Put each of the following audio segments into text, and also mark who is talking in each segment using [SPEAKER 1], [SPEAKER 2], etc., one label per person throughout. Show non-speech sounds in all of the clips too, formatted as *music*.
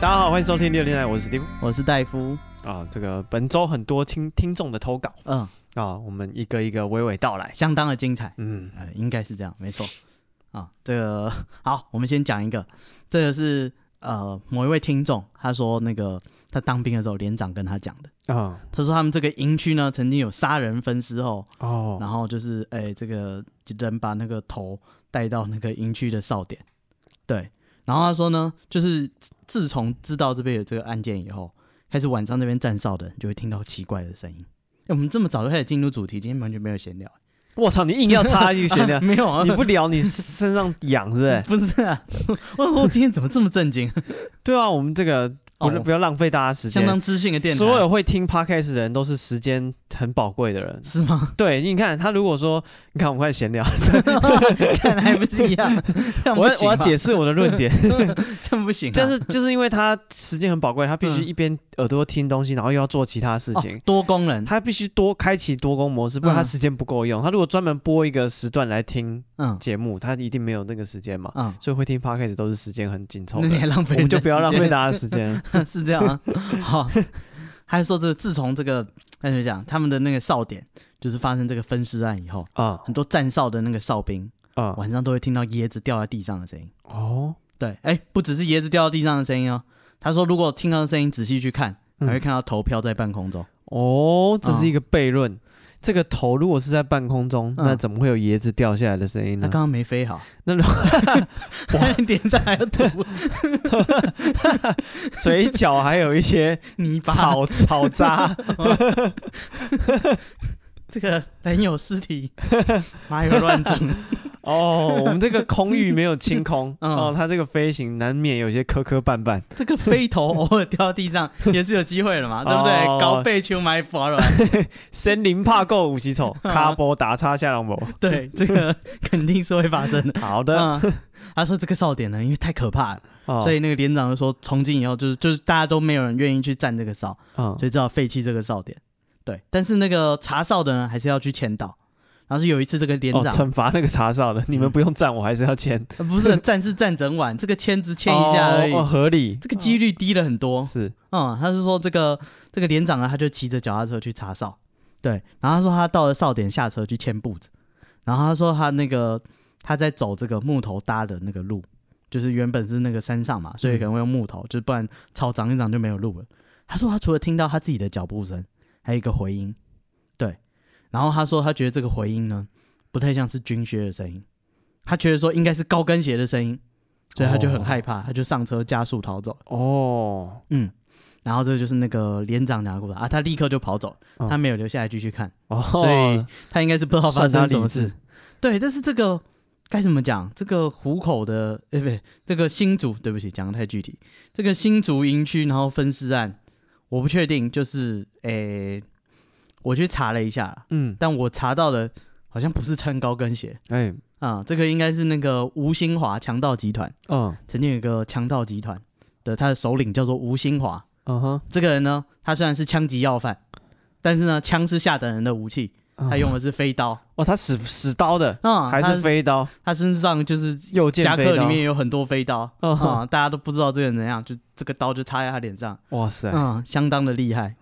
[SPEAKER 1] 欢迎收听六天台，我是 Steve
[SPEAKER 2] 我是戴夫。
[SPEAKER 1] 啊。这个本周很多听听众的投稿
[SPEAKER 2] 嗯，
[SPEAKER 1] 啊，我们一个一个娓娓道来。
[SPEAKER 2] 相当的精彩。
[SPEAKER 1] 嗯，
[SPEAKER 2] 呃，应该是这样，没错。啊，这个好，我们先讲一个，这个是呃某一位听众，他说那个他当兵的时候，连长跟他讲的。
[SPEAKER 1] 啊、
[SPEAKER 2] 他说他们这个营区呢，曾经有杀人分尸后，
[SPEAKER 1] 哦，
[SPEAKER 2] 然后就是哎、这个人把那个头带到那个营区的哨点，对。然后他说呢，就是自自从知道这边有这个案件以后，开始晚上那边站哨的人就会听到奇怪的声音。哎，我们这么早就开始进入主题，今天完全没有闲
[SPEAKER 1] *laughs*
[SPEAKER 2] 聊。啊
[SPEAKER 1] 我操，你硬要插一句闲聊，
[SPEAKER 2] *laughs* 没有啊，
[SPEAKER 1] 哦你不聊你身上痒是不是？
[SPEAKER 2] 不是啊？我我我今天怎么这么震 *laughs* 惊？
[SPEAKER 1] *laughs* 对啊，我们这个不是
[SPEAKER 2] 哦
[SPEAKER 1] 不要浪费大家时
[SPEAKER 2] 相
[SPEAKER 1] 间。
[SPEAKER 2] 当知性的电台，
[SPEAKER 1] 所有会听 podcast 的人都是时间很宝贵的人。 *laughs*
[SPEAKER 2] 是吗？
[SPEAKER 1] 对，你看他如果说，你看我们快闲聊，
[SPEAKER 2] *laughs* 看来不是一样，这样
[SPEAKER 1] 我
[SPEAKER 2] 不
[SPEAKER 1] 要
[SPEAKER 2] 行
[SPEAKER 1] 我要
[SPEAKER 2] 吧
[SPEAKER 1] 解释我的论 *laughs* 点，
[SPEAKER 2] 这样不行啊，
[SPEAKER 1] 就是就是因为他时间很宝贵，他必须
[SPEAKER 2] 嗯
[SPEAKER 1] 一边耳朵听东西，然后又要做其他事
[SPEAKER 2] 哦
[SPEAKER 1] 情。
[SPEAKER 2] 多功能，
[SPEAKER 1] 他必须多开启多工模式，不然他
[SPEAKER 2] 嗯
[SPEAKER 1] 时间不够用。他如果专门播一个时段来听
[SPEAKER 2] 嗯
[SPEAKER 1] 节目，他一定没有那个时间嘛。
[SPEAKER 2] 嗯，
[SPEAKER 1] 所以会听 podcast 都是时间很紧凑
[SPEAKER 2] 那你还
[SPEAKER 1] 的，
[SPEAKER 2] 浪
[SPEAKER 1] 我
[SPEAKER 2] 费，
[SPEAKER 1] 们就不要浪费，大家的时间。
[SPEAKER 2] *laughs* 是这样啊。好，还说这个自从这个该怎么讲，他们的那个哨点就是发生这个分尸案以后，
[SPEAKER 1] *laughs* 啊
[SPEAKER 2] 很多站哨的那个哨兵
[SPEAKER 1] 啊
[SPEAKER 2] 晚上都会听到椰子掉在地上的声音。
[SPEAKER 1] 哦，
[SPEAKER 2] 对，哎，不只是椰子掉到地上的声音哦。他说，如果听到声音仔细去看，还会
[SPEAKER 1] 嗯
[SPEAKER 2] 看到头飘在半空中。
[SPEAKER 1] 哦，这是一个悖论。这个头如果是在半空中，
[SPEAKER 2] 嗯
[SPEAKER 1] 那怎么会有椰子掉下来的声音
[SPEAKER 2] 他
[SPEAKER 1] 呢？
[SPEAKER 2] 刚刚没飞好，
[SPEAKER 1] 嗯那
[SPEAKER 2] *laughs*
[SPEAKER 1] 如
[SPEAKER 2] 他脸上还
[SPEAKER 1] *laughs*
[SPEAKER 2] 有涂
[SPEAKER 1] *laughs* 嘴角还有一些
[SPEAKER 2] 泥巴，
[SPEAKER 1] 草
[SPEAKER 2] *laughs*
[SPEAKER 1] 草渣，
[SPEAKER 2] 这个人有尸体，马有乱
[SPEAKER 1] *laughs*
[SPEAKER 2] 撞。
[SPEAKER 1] 哦，我们这个空域没有清空，
[SPEAKER 2] *laughs* 嗯
[SPEAKER 1] 哦，它这个飞行难免有些磕磕绊绊。
[SPEAKER 2] 这个飞头偶尔掉到地上也是有机会的嘛，对不
[SPEAKER 1] 哦
[SPEAKER 2] 对？高背球埋啊
[SPEAKER 1] *laughs*
[SPEAKER 2] 佛了，
[SPEAKER 1] 森林怕够五级
[SPEAKER 2] *laughs*
[SPEAKER 1] 丑，卡波打叉下狼博。 *laughs*
[SPEAKER 2] 对， *laughs* 这个肯定是会发生的。
[SPEAKER 1] 好的，
[SPEAKER 2] 嗯， *laughs* 他说这个哨点呢，因为太可怕了，
[SPEAKER 1] 哦
[SPEAKER 2] 所以那个连长就说，从今以后就是就是大家都没有人愿意去站这个哨，
[SPEAKER 1] 嗯
[SPEAKER 2] 所以只好废弃这个哨点。对，但是那个查哨的呢，还是要去签到。然后是有一次这个连
[SPEAKER 1] 哦，
[SPEAKER 2] 长、
[SPEAKER 1] 惩罚那个查
[SPEAKER 2] 嗯
[SPEAKER 1] 哨的，你们不用站，我还是要签，
[SPEAKER 2] 呃
[SPEAKER 1] *laughs*
[SPEAKER 2] 不是站是站整晚，这个签只签一下而已，
[SPEAKER 1] 哦，哦合理
[SPEAKER 2] 这个几率低了很多。
[SPEAKER 1] 是
[SPEAKER 2] 嗯，他是说这个这个连长呢，他就骑着脚踏车去查哨，对，然后他说他到了哨点下车去牵步子，然后他说他那个他在走这个木头搭的那个路，就是原本是那个山上嘛，所以可能会用木头，就不然草长一长就没有路了。他说他除了听到他自己的脚步声，还有一个回音，对，然后他说他觉得这个回音呢不太像是军靴的声音，他觉得说应该是高跟鞋的声音，所以他就很
[SPEAKER 1] 哦
[SPEAKER 2] 害怕，他就上车加速逃走。
[SPEAKER 1] 哦，
[SPEAKER 2] 嗯，然后这个就是那个连长讲的故事啊，他立刻就跑走，
[SPEAKER 1] 嗯
[SPEAKER 2] 他没有留下来继续看，
[SPEAKER 1] 哦，
[SPEAKER 2] 所以他应该是不知道发
[SPEAKER 1] 算他
[SPEAKER 2] 生什
[SPEAKER 1] 理
[SPEAKER 2] 么事
[SPEAKER 1] 智。，
[SPEAKER 2] 对，但是这个该怎么讲？这个虎口的，哎、不对，这个新竹，对不起，讲的太具体。这个新竹营区，然后分尸案，我不确定，就是诶、我去查了一下，
[SPEAKER 1] 嗯，
[SPEAKER 2] 但我查到的好像不是穿高跟鞋
[SPEAKER 1] 哎，
[SPEAKER 2] 啊、这个应该是那个吴兴华强盗集团，
[SPEAKER 1] 嗯
[SPEAKER 2] 曾经有一个强盗集团的他的首领叫做吴兴华，
[SPEAKER 1] 嗯哼，
[SPEAKER 2] 这个人呢，他虽然是枪击要犯，但是呢，枪是下等人的武器，他用的是飞刀
[SPEAKER 1] 哦，他使使刀的
[SPEAKER 2] 啊，
[SPEAKER 1] 啊还是
[SPEAKER 2] 他
[SPEAKER 1] 飞刀，
[SPEAKER 2] 他身上就是
[SPEAKER 1] 右剑
[SPEAKER 2] 夹
[SPEAKER 1] 飞
[SPEAKER 2] 克
[SPEAKER 1] 刀
[SPEAKER 2] 里，面有很多飞刀
[SPEAKER 1] 嗯哼
[SPEAKER 2] 啊，大家都不知道这个人怎样，就这个刀就插在他脸上，
[SPEAKER 1] 哇塞，
[SPEAKER 2] 嗯，相当的厉害。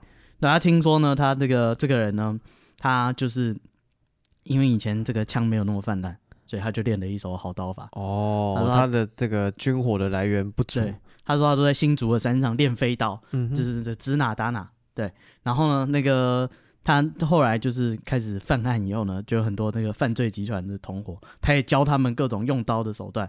[SPEAKER 2] 然后他听说呢，他这个这个人呢，他就是因为以前这个枪没有那么泛滥，所以他就练了一手好刀法。
[SPEAKER 1] 哦
[SPEAKER 2] 他，说他
[SPEAKER 1] 他的这个军火的来源不足，
[SPEAKER 2] 对，他说他都在新竹的山上练飞刀，
[SPEAKER 1] 嗯哼，
[SPEAKER 2] 就是这指哪打哪。对，然后呢，那个他后来就是开始犯案以后呢，就有很多那个犯罪集团的同伙，他也教他们各种用刀的
[SPEAKER 1] *laughs*
[SPEAKER 2] 手段，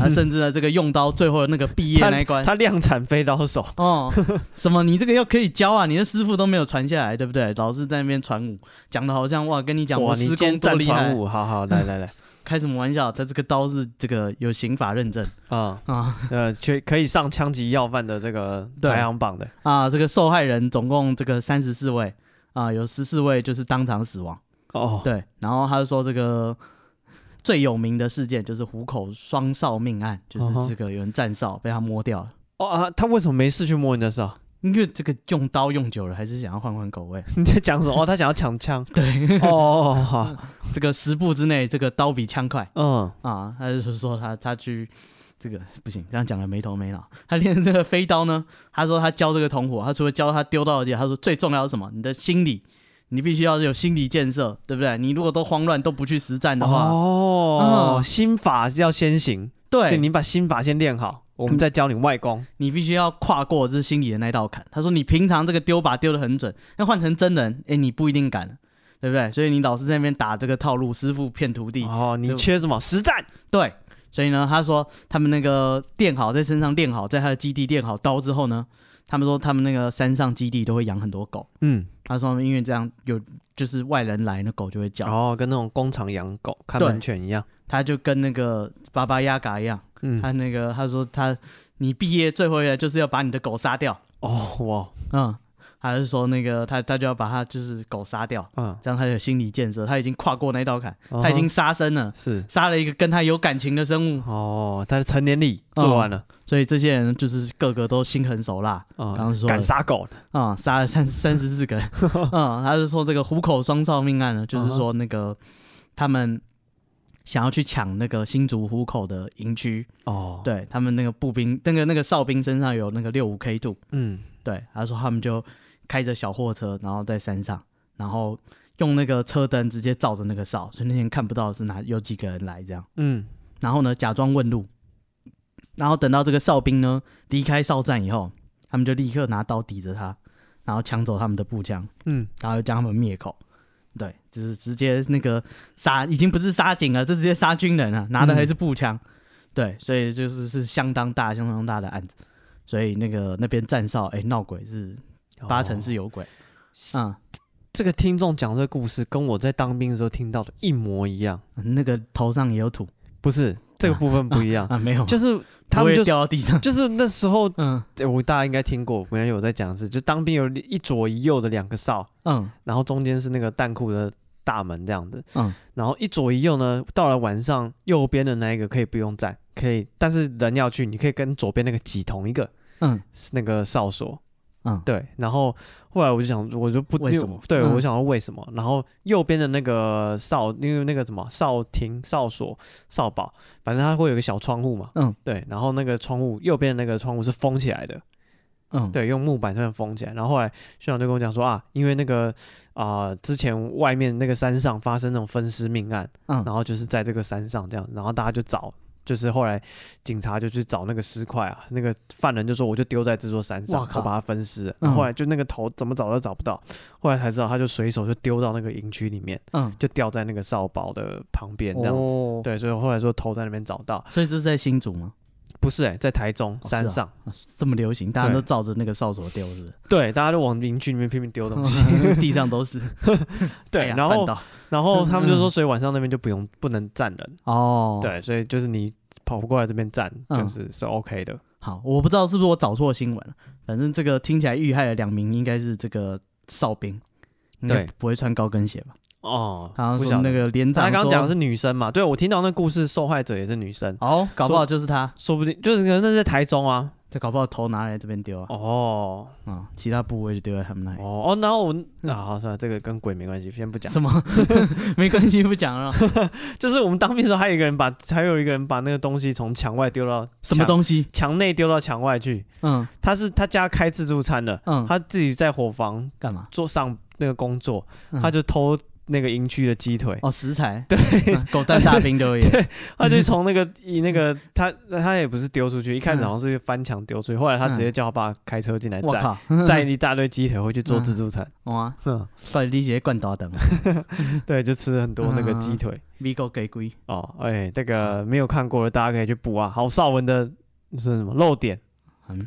[SPEAKER 2] 啊，甚至呢，这个用刀最后那个毕业那一关。
[SPEAKER 1] 他量产飞刀手，
[SPEAKER 2] 哦， *laughs* 什么？你这个要可以教啊？你的师傅都没有传下来，对不对？老是在那边传武，讲的好像哇，跟你讲
[SPEAKER 1] 哇，
[SPEAKER 2] 我
[SPEAKER 1] 你
[SPEAKER 2] 师
[SPEAKER 1] 今天
[SPEAKER 2] 公多
[SPEAKER 1] 站
[SPEAKER 2] 厉
[SPEAKER 1] 船
[SPEAKER 2] 害，
[SPEAKER 1] 舞，好好，来来来，
[SPEAKER 2] 开什么玩笑？他这个刀是这个有刑法认证
[SPEAKER 1] 啊，
[SPEAKER 2] 啊，
[SPEAKER 1] 呃，却可以上枪击要犯的这个
[SPEAKER 2] 对
[SPEAKER 1] 排行榜的，
[SPEAKER 2] 啊，这个受害人总共这个三十四位啊，有十四位就是当场死亡。
[SPEAKER 1] 哦，
[SPEAKER 2] 对，然后他就说这个最有名的事件就是虎口双哨命案，就
[SPEAKER 1] 嗯哼
[SPEAKER 2] 是这个有人站哨被他摸掉了，
[SPEAKER 1] 哦啊，他为什么没事去摸你的手？ *laughs*
[SPEAKER 2] 因为这个用刀用久了，还是想要换换口味。
[SPEAKER 1] 你在讲什么？哦，他想要抢枪。
[SPEAKER 2] 对，
[SPEAKER 1] 哦哦，哦好，
[SPEAKER 2] 这个十步之内，这个刀比枪快
[SPEAKER 1] 嗯，
[SPEAKER 2] 啊，他就说他他去这个不行，这样讲的没头没脑。他练这个飞刀呢，他说他教这个同伙，他除了教他丢到而且他说最重要是什么？你的心理，你必须要有心理建设，对不对？你如果都慌乱都不去实战的话，
[SPEAKER 1] 嗯哦，
[SPEAKER 2] 嗯
[SPEAKER 1] 心法要先行，对
[SPEAKER 2] 对嗯
[SPEAKER 1] 你把心法先练好，我们再教你外功。
[SPEAKER 2] 你必须要跨过这心理的那道坎。他说你平常这个丢靶丢得很准，那换成真人，哎，你不一定敢，对不对？所以你老是在那边打这个套路，师傅骗徒弟，
[SPEAKER 1] 哦，你
[SPEAKER 2] 就
[SPEAKER 1] 缺什么实战？
[SPEAKER 2] 对，所以呢，他说他们那个练好在身上练好，在他的基地练好刀之后呢，他们说他们那个山上基地都会养很多狗。
[SPEAKER 1] 嗯，
[SPEAKER 2] 他说因为这样有就是外人来，那狗就会叫。
[SPEAKER 1] 哦，跟那种工厂养狗、看
[SPEAKER 2] 对
[SPEAKER 1] 门犬一样。
[SPEAKER 2] 他就跟那个巴巴亚嘎一样，
[SPEAKER 1] 嗯，
[SPEAKER 2] 他那个他说他你毕业最后一个就是要把你的狗杀掉，
[SPEAKER 1] 哦，哇，
[SPEAKER 2] 嗯，他就说那个他他就要把他就是狗杀掉，
[SPEAKER 1] 嗯，
[SPEAKER 2] 这样他有心理建设，他已经跨过那道坎，
[SPEAKER 1] 哦
[SPEAKER 2] 他已经杀生了，
[SPEAKER 1] 是
[SPEAKER 2] 杀了一个跟他有感情的生物，
[SPEAKER 1] 哦，他的成年礼
[SPEAKER 2] 嗯
[SPEAKER 1] 做完了
[SPEAKER 2] 所以这些人就是个个都心狠手辣，
[SPEAKER 1] 啊，
[SPEAKER 2] 刚刚说的
[SPEAKER 1] 敢杀狗的，
[SPEAKER 2] 啊、杀了三三十四
[SPEAKER 1] *laughs*
[SPEAKER 2] 个人，嗯，他是说这个虎口双少命案呢，就是说那个他们想要去抢那个新竹虎口的营区，
[SPEAKER 1] 哦，，
[SPEAKER 2] 对他们那个步兵，那个那个哨兵身上有那个六五 K 度，
[SPEAKER 1] 嗯，
[SPEAKER 2] 对，他说他们就开着小货车，然后在山上，然后用那个车灯直接照着那个哨，所以那天看不到是哪有几个人来这样，
[SPEAKER 1] 嗯，
[SPEAKER 2] 然后呢假装问路，然后等到这个哨兵呢离开哨站以后，他们就立刻拿刀抵着他，然后抢走他们的步枪。
[SPEAKER 1] 嗯，
[SPEAKER 2] 然后就将他们灭口。对，就是直接那个杀，已经不是杀警了，这直接杀军人了，啊拿的还是步枪。对，所以就是是相当大、相当大的案子。所以那个那边站哨，哎、闹鬼是八成是
[SPEAKER 1] 哦。
[SPEAKER 2] 有鬼。哦
[SPEAKER 1] 这个听众讲这个故事，跟我在当兵的时候听到的一模一样，
[SPEAKER 2] 嗯，那个头上也有土
[SPEAKER 1] 不是这个部分不一样，
[SPEAKER 2] *laughs* 啊，没有，
[SPEAKER 1] 就是他们
[SPEAKER 2] 不会
[SPEAKER 1] 就
[SPEAKER 2] 掉到地上。
[SPEAKER 1] 就是那时候，
[SPEAKER 2] *laughs* 嗯
[SPEAKER 1] 诶我大家应该听过，没有我在讲的是，就当兵有一左一右的两个哨，
[SPEAKER 2] 嗯
[SPEAKER 1] 然后中间是那个弹库的大门这样子，
[SPEAKER 2] 嗯，
[SPEAKER 1] 然后一左一右呢，到了晚上，右边的那一个可以不用站，可以，但是人要去，你可以跟左边那个挤同一个
[SPEAKER 2] 嗯
[SPEAKER 1] 是那个哨所，
[SPEAKER 2] 嗯，
[SPEAKER 1] 对。然后后来我就想，我就不
[SPEAKER 2] 为什么
[SPEAKER 1] 因对、
[SPEAKER 2] 嗯
[SPEAKER 1] 我想要为什么？然后右边的那个哨，因为那个什么哨亭、哨所、哨堡，反正它会有个小窗户嘛，
[SPEAKER 2] 嗯，
[SPEAKER 1] 对。然后那个窗户右边的那个窗户是封起来的，
[SPEAKER 2] 嗯，
[SPEAKER 1] 对，用木板这样封起来。然后后来学长就跟我讲说啊，因为那个啊、之前外面那个山上发生那种分尸命案，
[SPEAKER 2] 嗯
[SPEAKER 1] 然后就是在这个山上这样，然后大家就找，就是后来警察就去找那个尸块啊，那个犯人就说我就丢在这座山上，
[SPEAKER 2] 哇靠
[SPEAKER 1] 我把它分尸了。
[SPEAKER 2] 嗯
[SPEAKER 1] 然后后来就那个头怎么找都找不到，后来才知道他就随手就丢到那个营区里面，
[SPEAKER 2] 嗯，
[SPEAKER 1] 就掉在那个哨堡的旁边这样子。
[SPEAKER 2] 哦，
[SPEAKER 1] 对，所以后来说头在那边找到，
[SPEAKER 2] 所以这是在新竹吗？
[SPEAKER 1] 不是哎、在台中
[SPEAKER 2] 是
[SPEAKER 1] 山
[SPEAKER 2] 啊
[SPEAKER 1] 上，
[SPEAKER 2] 啊这么流行，大家
[SPEAKER 1] 对
[SPEAKER 2] 都照着那个哨所丢，是不是？
[SPEAKER 1] 对，大家就往营区里面拼命丢东
[SPEAKER 2] *laughs*
[SPEAKER 1] 西。 *laughs*
[SPEAKER 2] 地上都是。
[SPEAKER 1] 对，
[SPEAKER 2] 哎呀
[SPEAKER 1] 然
[SPEAKER 2] 绊
[SPEAKER 1] 后
[SPEAKER 2] 倒
[SPEAKER 1] 然后他们就说，
[SPEAKER 2] 嗯
[SPEAKER 1] 所以晚上那边就不用不能站人，
[SPEAKER 2] 哦，，
[SPEAKER 1] 对，所以就是你跑不过来这边站，
[SPEAKER 2] 嗯
[SPEAKER 1] 就是是 OK 的。
[SPEAKER 2] 好，我不知道是不是我找错新闻了，反正这个听起来遇害的两名应该是这个哨兵，应该
[SPEAKER 1] 对
[SPEAKER 2] 不会穿高跟鞋吧？
[SPEAKER 1] 哦，
[SPEAKER 2] 好像
[SPEAKER 1] 不
[SPEAKER 2] 说
[SPEAKER 1] 晓
[SPEAKER 2] 那
[SPEAKER 1] 得。
[SPEAKER 2] 个连
[SPEAKER 1] 他
[SPEAKER 2] 长
[SPEAKER 1] 刚刚讲的
[SPEAKER 2] 说
[SPEAKER 1] 是女生嘛？对，我听到那故事，受害者也是女生，
[SPEAKER 2] 哦，搞不好就是他，
[SPEAKER 1] 说不定就是可能那是在台中啊。
[SPEAKER 2] 这搞不好头拿来这边丢啊，
[SPEAKER 1] 哦
[SPEAKER 2] 啊，其他部位就丢在他们那里。
[SPEAKER 1] 哦哦，然后我
[SPEAKER 2] 嗯
[SPEAKER 1] 啊，好，算了，这个跟鬼没关系，先不讲。 *laughs*
[SPEAKER 2] 什么？ *laughs* 没关系，不讲了。
[SPEAKER 1] 就是我们当兵的时候，还有一个人把，还有一个人把那个东西从墙外丢到
[SPEAKER 2] 什么
[SPEAKER 1] 墙
[SPEAKER 2] 东西？
[SPEAKER 1] 墙内丢到墙外去。
[SPEAKER 2] 嗯
[SPEAKER 1] 他是他家开自助餐的，
[SPEAKER 2] 嗯，
[SPEAKER 1] 他自己在伙房
[SPEAKER 2] 干嘛？
[SPEAKER 1] 做上那个工作，
[SPEAKER 2] 嗯
[SPEAKER 1] 他就偷那个营区的鸡腿。
[SPEAKER 2] 哦，嗯食材。对，狗蛋大兵
[SPEAKER 1] *laughs*
[SPEAKER 2] 都有。
[SPEAKER 1] 他就从那个以那
[SPEAKER 2] 嗯
[SPEAKER 1] 个他他也不是丢出去，一开始好像是翻墙丢出去，后来他直接叫他爸开车进来
[SPEAKER 2] 嗯我
[SPEAKER 1] 载
[SPEAKER 2] 靠！
[SPEAKER 1] 载一大堆鸡腿回去做自助餐，
[SPEAKER 2] 哇，
[SPEAKER 1] 哼，
[SPEAKER 2] 怪你些灌
[SPEAKER 1] *laughs*
[SPEAKER 2] 倒等，啊
[SPEAKER 1] 对，就吃很多那个鸡腿
[SPEAKER 2] 美国给龟。
[SPEAKER 1] 哦，哎，这个没有看过的大家可以去补啊。郝邵文的是什么漏点？
[SPEAKER 2] 嗯，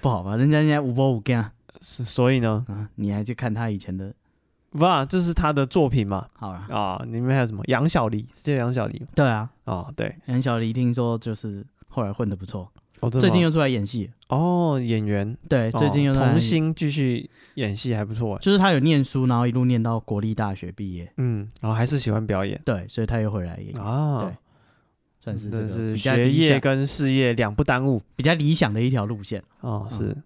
[SPEAKER 2] 不好吧？人家现在五波五干啊，
[SPEAKER 1] 是所以呢，
[SPEAKER 2] 啊你还去看他以前的？
[SPEAKER 1] 不啊，就是他的作品嘛
[SPEAKER 2] 好了，
[SPEAKER 1] 啊，里面还有什么杨小黎，是叫杨小黎吗？
[SPEAKER 2] 对啊，
[SPEAKER 1] 啊，对，
[SPEAKER 2] 杨小黎听说就是后来混得不错，
[SPEAKER 1] 哦，真的吗
[SPEAKER 2] 最近又出来演戏。
[SPEAKER 1] 哦演员，
[SPEAKER 2] 对，最近又
[SPEAKER 1] 哦
[SPEAKER 2] 出来演
[SPEAKER 1] 童
[SPEAKER 2] 戏，
[SPEAKER 1] 星继续演戏还不错哎，
[SPEAKER 2] 就是他有念书，然后一路念到国立大学毕业。
[SPEAKER 1] 嗯，然后还是喜欢表演
[SPEAKER 2] 对，所以他又回来演，
[SPEAKER 1] 啊，
[SPEAKER 2] 对算是这
[SPEAKER 1] 这
[SPEAKER 2] 个
[SPEAKER 1] 是
[SPEAKER 2] 比较
[SPEAKER 1] 学
[SPEAKER 2] 理
[SPEAKER 1] 业
[SPEAKER 2] 想、
[SPEAKER 1] 跟事业两不耽误
[SPEAKER 2] 比较理想的一条路线。
[SPEAKER 1] 哦，
[SPEAKER 2] 嗯
[SPEAKER 1] 是，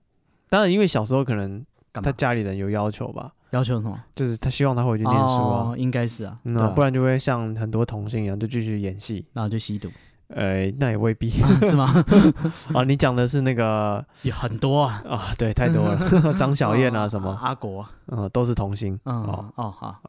[SPEAKER 1] 当然因为小时候可能
[SPEAKER 2] 干
[SPEAKER 1] 他
[SPEAKER 2] 嘛？
[SPEAKER 1] 家里人有要求吧，
[SPEAKER 2] 要求什么？
[SPEAKER 1] 就是他希望他回去念书啊，
[SPEAKER 2] 哦，应该是啊，
[SPEAKER 1] 嗯
[SPEAKER 2] 对
[SPEAKER 1] 啊
[SPEAKER 2] 啊
[SPEAKER 1] 不然就会像很多童星一样就继续演戏， *laughs*
[SPEAKER 2] 然后就吸毒。
[SPEAKER 1] 呃，那也未
[SPEAKER 2] *laughs*
[SPEAKER 1] 必
[SPEAKER 2] 啊是吗？
[SPEAKER 1] 啊。你讲的是那个
[SPEAKER 2] 有很多啊，
[SPEAKER 1] 啊，对，太多了，
[SPEAKER 2] *laughs*
[SPEAKER 1] 张小燕啊什么，
[SPEAKER 2] 阿国啊，
[SPEAKER 1] 嗯，都是童星。
[SPEAKER 2] 嗯
[SPEAKER 1] 哦
[SPEAKER 2] 哦好，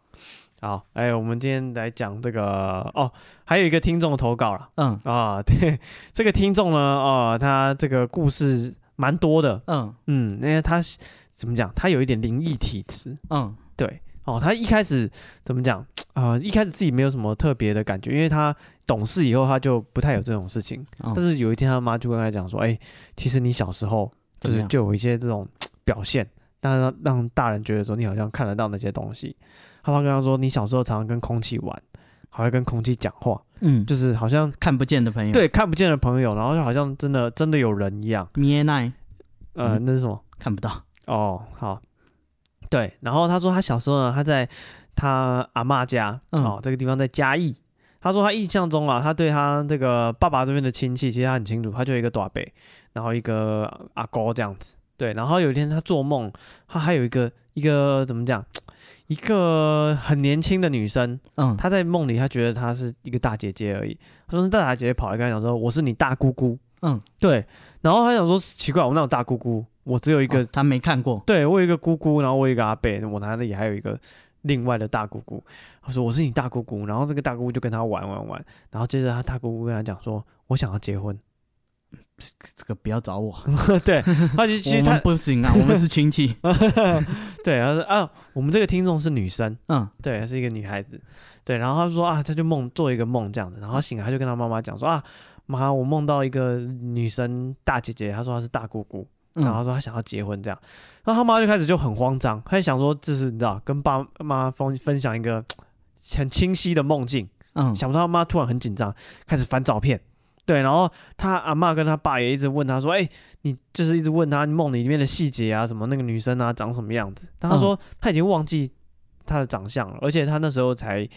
[SPEAKER 1] 好，哎，我们今天来讲这个哦，还有一个听众投稿了
[SPEAKER 2] 嗯
[SPEAKER 1] 啊， *laughs* 对，这个听众呢，哦，他这个故事蛮多的，
[SPEAKER 2] 嗯
[SPEAKER 1] 嗯，因为他是怎么讲，他有一点灵异体质，
[SPEAKER 2] 嗯
[SPEAKER 1] 对，哦，他一开始怎么讲，呃，一开始自己没有什么特别的感觉，因为他懂事以后，他就不太有这种事情。但
[SPEAKER 2] 嗯，
[SPEAKER 1] 是有一天，他妈就跟他讲说：“哎、其实你小时候就
[SPEAKER 2] 怎么
[SPEAKER 1] 是
[SPEAKER 2] 样
[SPEAKER 1] 就有一些这种表现，但让让大人觉得说你好像看得到那些东西。”他妈跟他说：“你小时候常常跟空气玩，还会跟空气讲话，
[SPEAKER 2] 嗯，就
[SPEAKER 1] 就是好像
[SPEAKER 2] 看不见的朋友，，
[SPEAKER 1] 对看不见的朋友，然后就好像真的真的有人一样。
[SPEAKER 2] 咩奈
[SPEAKER 1] 呃，
[SPEAKER 2] 嗯
[SPEAKER 1] 那是什么？
[SPEAKER 2] 看不到，
[SPEAKER 1] 哦，好，对。然后他说他小时候呢，他在他阿嬷家、
[SPEAKER 2] 嗯
[SPEAKER 1] 哦，这个地方在嘉义。他说他印象中啊，他对他这个爸爸这边的亲戚，其实他很清楚，他就有一个大伯，然后一个阿哥这样子。对，然后有一天他做梦，他还有一个一个怎么讲，一个很年轻的女生，
[SPEAKER 2] 嗯
[SPEAKER 1] 她在梦里她觉得她是一个大姐姐而已。她说那大姐姐跑来跟他讲说：“我是你大姑姑。”
[SPEAKER 2] 嗯，
[SPEAKER 1] 对。然后他想说奇怪，我哪有大姑姑？我只有一
[SPEAKER 2] 一
[SPEAKER 1] 个
[SPEAKER 2] 哦他没看过，
[SPEAKER 1] 对我有一个姑姑，然后我有一个阿伯，我哪里还有一个另外的大姑姑。他说我是你大姑姑，然后这个大姑姑就跟他玩玩玩，然后接着他大姑姑跟他讲说，我想要结婚。 *laughs*
[SPEAKER 2] 这个不要找我，
[SPEAKER 1] 对，他嗯其实其实
[SPEAKER 2] 我
[SPEAKER 1] 他
[SPEAKER 2] 们
[SPEAKER 1] *laughs*
[SPEAKER 2] 不行啊，我们是亲戚，
[SPEAKER 1] 对，他说啊，我们这个听众是女生，
[SPEAKER 2] 嗯
[SPEAKER 1] 对，是一个女孩子，对，然后他说啊，他就梦做一个梦这样子，然后醒来他就跟他妈妈讲说啊，妈，我梦到一个女生大姐姐，她说她是大姑姑，然后他
[SPEAKER 2] 嗯
[SPEAKER 1] 说他想要结婚这样，然后他妈就开始就很慌张，他就想说这是你知道跟爸妈分分享一个很清晰的梦境，
[SPEAKER 2] 嗯，
[SPEAKER 1] 想不到他妈突然很紧张，开始翻照片，对，然后他阿嬷跟他爸也一直问他说，哎、你就是一直问他梦里面的细节啊，什么那个女生啊长什么样子，但他说他已经忘记她的长相了，而且他那时候才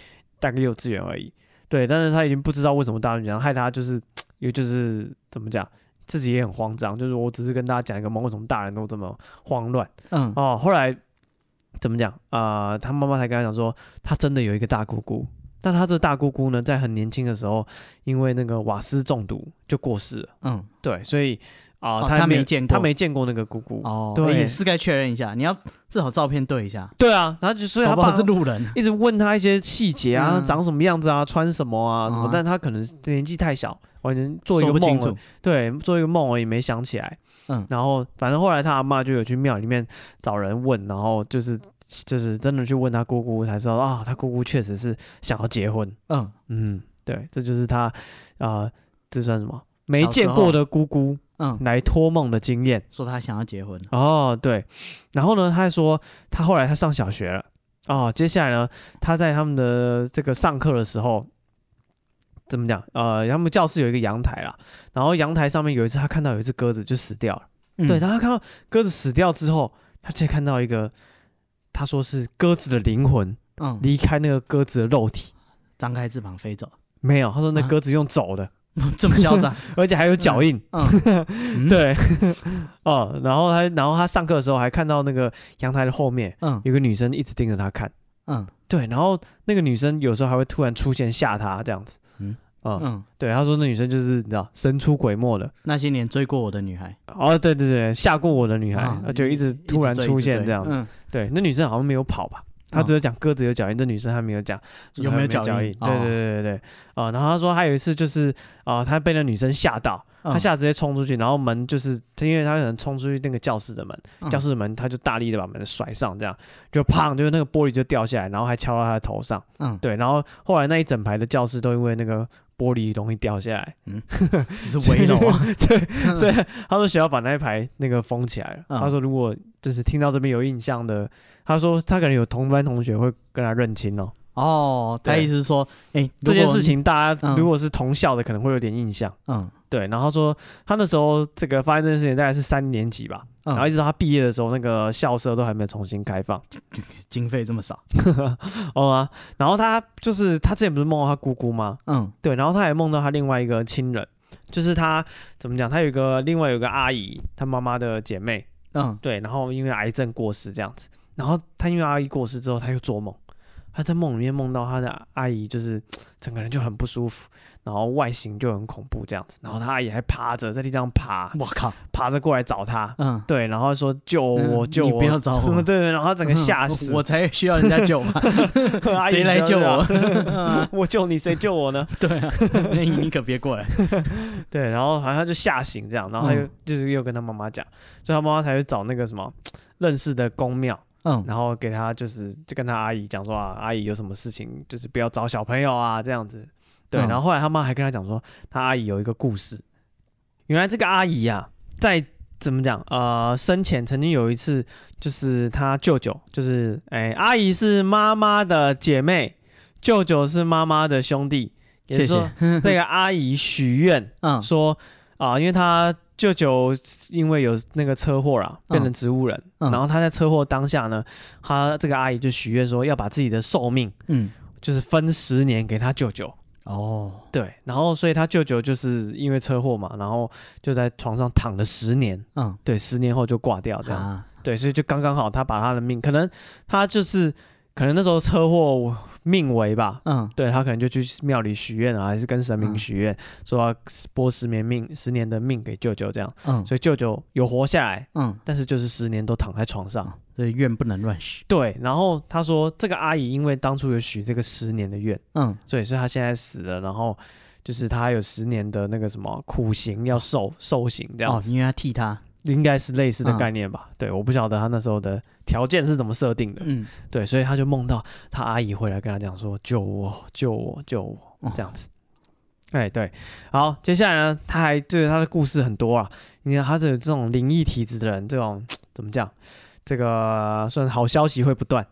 [SPEAKER 1] 大概幼稚园而已，对，但是他已经不知道为什么大人讲，害他就是也就是怎么讲。自己也很慌张，就是我只是跟大家讲一个梦，为什么大人都这么慌乱
[SPEAKER 2] 嗯
[SPEAKER 1] 哦？后来怎么讲啊、呃他妈妈才跟他讲说，他真的有一个大姑姑，但他这大姑姑呢，在很年轻的时候，因为那个瓦斯中毒就过世了。
[SPEAKER 2] 嗯，
[SPEAKER 1] 对，所以啊、
[SPEAKER 2] 哦
[SPEAKER 1] 他
[SPEAKER 2] 他
[SPEAKER 1] 没有
[SPEAKER 2] 没见过
[SPEAKER 1] 他没见过那个姑姑。
[SPEAKER 2] 哦，
[SPEAKER 1] 对
[SPEAKER 2] 哎也是该确认一下，你要至少照片对一下，
[SPEAKER 1] 对啊，然后就所以
[SPEAKER 2] 搞
[SPEAKER 1] 他
[SPEAKER 2] 不
[SPEAKER 1] 爸
[SPEAKER 2] 好是路人，
[SPEAKER 1] 一直问他一些细节啊，
[SPEAKER 2] 嗯
[SPEAKER 1] 长什么样子啊，穿什么啊什么，
[SPEAKER 2] 嗯
[SPEAKER 1] 但他可能年纪太小，完全做一
[SPEAKER 2] 说
[SPEAKER 1] 个
[SPEAKER 2] 不
[SPEAKER 1] 梦
[SPEAKER 2] 清
[SPEAKER 1] 而已
[SPEAKER 2] 楚，
[SPEAKER 1] 对，做一个梦而已，没想起来。
[SPEAKER 2] 嗯
[SPEAKER 1] 然后反正后来他阿嬷就有去庙里面找人问，然后就是就是真的去问他姑姑，才知道啊，他姑姑确实是想要结婚。
[SPEAKER 2] 嗯，
[SPEAKER 1] 嗯，对，这就是他啊、呃这算什么？没
[SPEAKER 2] 小时
[SPEAKER 1] 见
[SPEAKER 2] 候
[SPEAKER 1] 过的姑姑
[SPEAKER 2] 嗯，
[SPEAKER 1] 来托梦的经验。
[SPEAKER 2] 说他想要结婚了，
[SPEAKER 1] 哦，对，然后呢，他还说他后来他上小学了，哦，接下来呢，他在他们的这个上课的时候，怎么讲？呃，他们教室有一个阳台啦，然后阳台上面有一次他看到有一只鸽子就死掉了，
[SPEAKER 2] 嗯
[SPEAKER 1] 对，然后他看到鸽子死掉之后，他却看到一个，他说是鸽子的灵魂
[SPEAKER 2] 嗯，
[SPEAKER 1] 离开那个鸽子的肉体，
[SPEAKER 2] 张开翅膀飞走， *laughs*
[SPEAKER 1] 没有，他说那
[SPEAKER 2] 啊
[SPEAKER 1] 鸽子用走的，
[SPEAKER 2] 这么嚣张，
[SPEAKER 1] 而且还有脚印。 *laughs*
[SPEAKER 2] 嗯，嗯，
[SPEAKER 1] 对， *laughs* 哦，然后他，然后他上课的时候还看到那个阳台的后面
[SPEAKER 2] 嗯
[SPEAKER 1] 有个女生一直盯着他看，
[SPEAKER 2] 嗯
[SPEAKER 1] 对，然后那个女生有时候还会突然出现吓他这样子，嗯
[SPEAKER 2] 嗯，
[SPEAKER 1] 啊、
[SPEAKER 2] 嗯，
[SPEAKER 1] 对，他说那女生就是你知道神出鬼没的，
[SPEAKER 2] 那些年追过我的女孩，
[SPEAKER 1] 哦，对对对，吓过我的女孩，
[SPEAKER 2] 啊
[SPEAKER 1] 呃就一直突然
[SPEAKER 2] 追
[SPEAKER 1] 出
[SPEAKER 2] 一直
[SPEAKER 1] 现
[SPEAKER 2] 追
[SPEAKER 1] 这样，
[SPEAKER 2] 嗯，
[SPEAKER 1] 对，那女生好像没有跑吧。他
[SPEAKER 2] 哦
[SPEAKER 1] 只有讲鸽子有脚印，这女生还没有讲说
[SPEAKER 2] 有
[SPEAKER 1] 她
[SPEAKER 2] 没有
[SPEAKER 1] 脚
[SPEAKER 2] 脚
[SPEAKER 1] 印
[SPEAKER 2] 印
[SPEAKER 1] 对对
[SPEAKER 2] 哦
[SPEAKER 1] 对对对，啊、然后他说还有一次就是啊、他被那女生吓到，他
[SPEAKER 2] 嗯
[SPEAKER 1] 吓得直接冲出去，然后门就是因为他可能冲出去那个教室的门，
[SPEAKER 2] 嗯
[SPEAKER 1] 教室的门，他就大力的把门甩上，这样就砰，就是那个玻璃就掉下来，然后还敲到他的头上。
[SPEAKER 2] 嗯，
[SPEAKER 1] 对，然后后来那一整排的教室都因为那个玻璃容易掉下来，
[SPEAKER 2] 只是围楼啊，
[SPEAKER 1] *laughs* 对，所以他说学校把那一排那个封起来了。
[SPEAKER 2] 嗯
[SPEAKER 1] 他说如果就是听到这边有印象的，他说他可能有同班同学会跟他认亲哦。
[SPEAKER 2] 哦，他
[SPEAKER 1] 对
[SPEAKER 2] 意思是说，哎，
[SPEAKER 1] 这
[SPEAKER 2] 如
[SPEAKER 1] 件
[SPEAKER 2] 果
[SPEAKER 1] 事情大家
[SPEAKER 2] 嗯
[SPEAKER 1] 如果是同校的，可能会有点印象。
[SPEAKER 2] 你，嗯
[SPEAKER 1] 对，然后他说他那时候这个发生这件事情大概是三年级吧，
[SPEAKER 2] 嗯，
[SPEAKER 1] 然后一直到他毕业的时候，那个校舍都还没有重新开放。
[SPEAKER 2] 经费这么少，
[SPEAKER 1] 哦啊，然后他就是他之前不是梦到他姑姑吗？
[SPEAKER 2] 嗯
[SPEAKER 1] 对，然后他也梦到他另外一个亲人，就是他怎么讲？他有一个另外有一个阿姨，他妈妈的姐妹，
[SPEAKER 2] 嗯
[SPEAKER 1] 对，然后因为癌症过世这样子，然后他因为阿姨过世之后，他又做梦，他他在梦里面梦到他的阿姨，就是整个人就很不舒服，然后外形就很恐怖这样子，然后他阿姨还趴着在地上爬，
[SPEAKER 2] 我靠，
[SPEAKER 1] 爬着过来找他，
[SPEAKER 2] 嗯，
[SPEAKER 1] 对，然后说救我
[SPEAKER 2] 嗯
[SPEAKER 1] 救
[SPEAKER 2] 你
[SPEAKER 1] 我，
[SPEAKER 2] 不要找我
[SPEAKER 1] 对 *laughs* 对，然后他整个吓死，
[SPEAKER 2] *laughs* 我才需要人家 *laughs* 救嘛，
[SPEAKER 1] *laughs* 阿姨
[SPEAKER 2] 谁来
[SPEAKER 1] 不要
[SPEAKER 2] 救
[SPEAKER 1] 这样
[SPEAKER 2] 我？？
[SPEAKER 1] *laughs* 我救你，谁救我呢？
[SPEAKER 2] 对啊，那你你可别过来，
[SPEAKER 1] 对，然后好像他就吓醒这样，然后他又、
[SPEAKER 2] 嗯
[SPEAKER 1] 就是又跟他妈妈讲，所以他妈妈才去找那个什么认识的公庙，
[SPEAKER 2] *laughs* 嗯，
[SPEAKER 1] 然后给他就是就跟他阿姨讲说啊，阿姨有什么事情就是不要找小朋友啊这样子。对，
[SPEAKER 2] 嗯
[SPEAKER 1] 然后后来他妈还跟他讲说，他阿姨有一个故事，原来这个阿姨呀、在怎么讲呃生前曾经有一次，就是他舅舅，就是哎阿姨是妈妈的姐妹，舅舅是妈妈的兄弟，也就
[SPEAKER 2] 谢
[SPEAKER 1] 是说
[SPEAKER 2] 谢， *laughs*
[SPEAKER 1] 这个阿姨许愿。
[SPEAKER 2] 嗯
[SPEAKER 1] 说啊、因为他舅舅因为有那个车祸啦，变成植物人，
[SPEAKER 2] 嗯
[SPEAKER 1] 然后他在车祸当下呢，他这个阿姨就许愿说要把自己的寿命
[SPEAKER 2] 嗯，
[SPEAKER 1] 就是分十年给他舅舅。
[SPEAKER 2] 哦，
[SPEAKER 1] 对，然后所以他舅舅就是因为车祸嘛，然后就在床上躺了十年，
[SPEAKER 2] 嗯，
[SPEAKER 1] 对，十年后就挂掉这样。
[SPEAKER 2] 啊，
[SPEAKER 1] 对，所以就刚刚好，他把他的命，可能他就是可能那时候车祸命为吧，
[SPEAKER 2] 嗯，
[SPEAKER 1] 对他可能就去庙里许愿啊，还是跟神明
[SPEAKER 2] 嗯
[SPEAKER 1] 许愿，说要拨十年命、十年的命给舅舅这样，
[SPEAKER 2] 嗯，
[SPEAKER 1] 所以舅舅有活下来，
[SPEAKER 2] 嗯，
[SPEAKER 1] 但是就是十年都躺在床上。
[SPEAKER 2] 所以愿不能乱许，
[SPEAKER 1] 对，然后他说这个阿姨因为当初有许这个十年的愿，
[SPEAKER 2] 嗯，
[SPEAKER 1] 所以所以她现在死了，然后就是她有十年的那个什么苦刑要受受刑这样
[SPEAKER 2] 哦，
[SPEAKER 1] 子，
[SPEAKER 2] 因为他替他，
[SPEAKER 1] 应该是类似的
[SPEAKER 2] 嗯
[SPEAKER 1] 概念吧？对，我不晓得他那时候的条件是怎么设定的，
[SPEAKER 2] 嗯，
[SPEAKER 1] 对，所以他就梦到他阿姨回来跟他讲说：“救我，救我，救我！”
[SPEAKER 2] 哦
[SPEAKER 1] 这样子。哎、对，好，接下来呢，他还就是他的故事很多啊。你看他这这种灵异体质的人，这种怎么讲？这个算好消息会不断，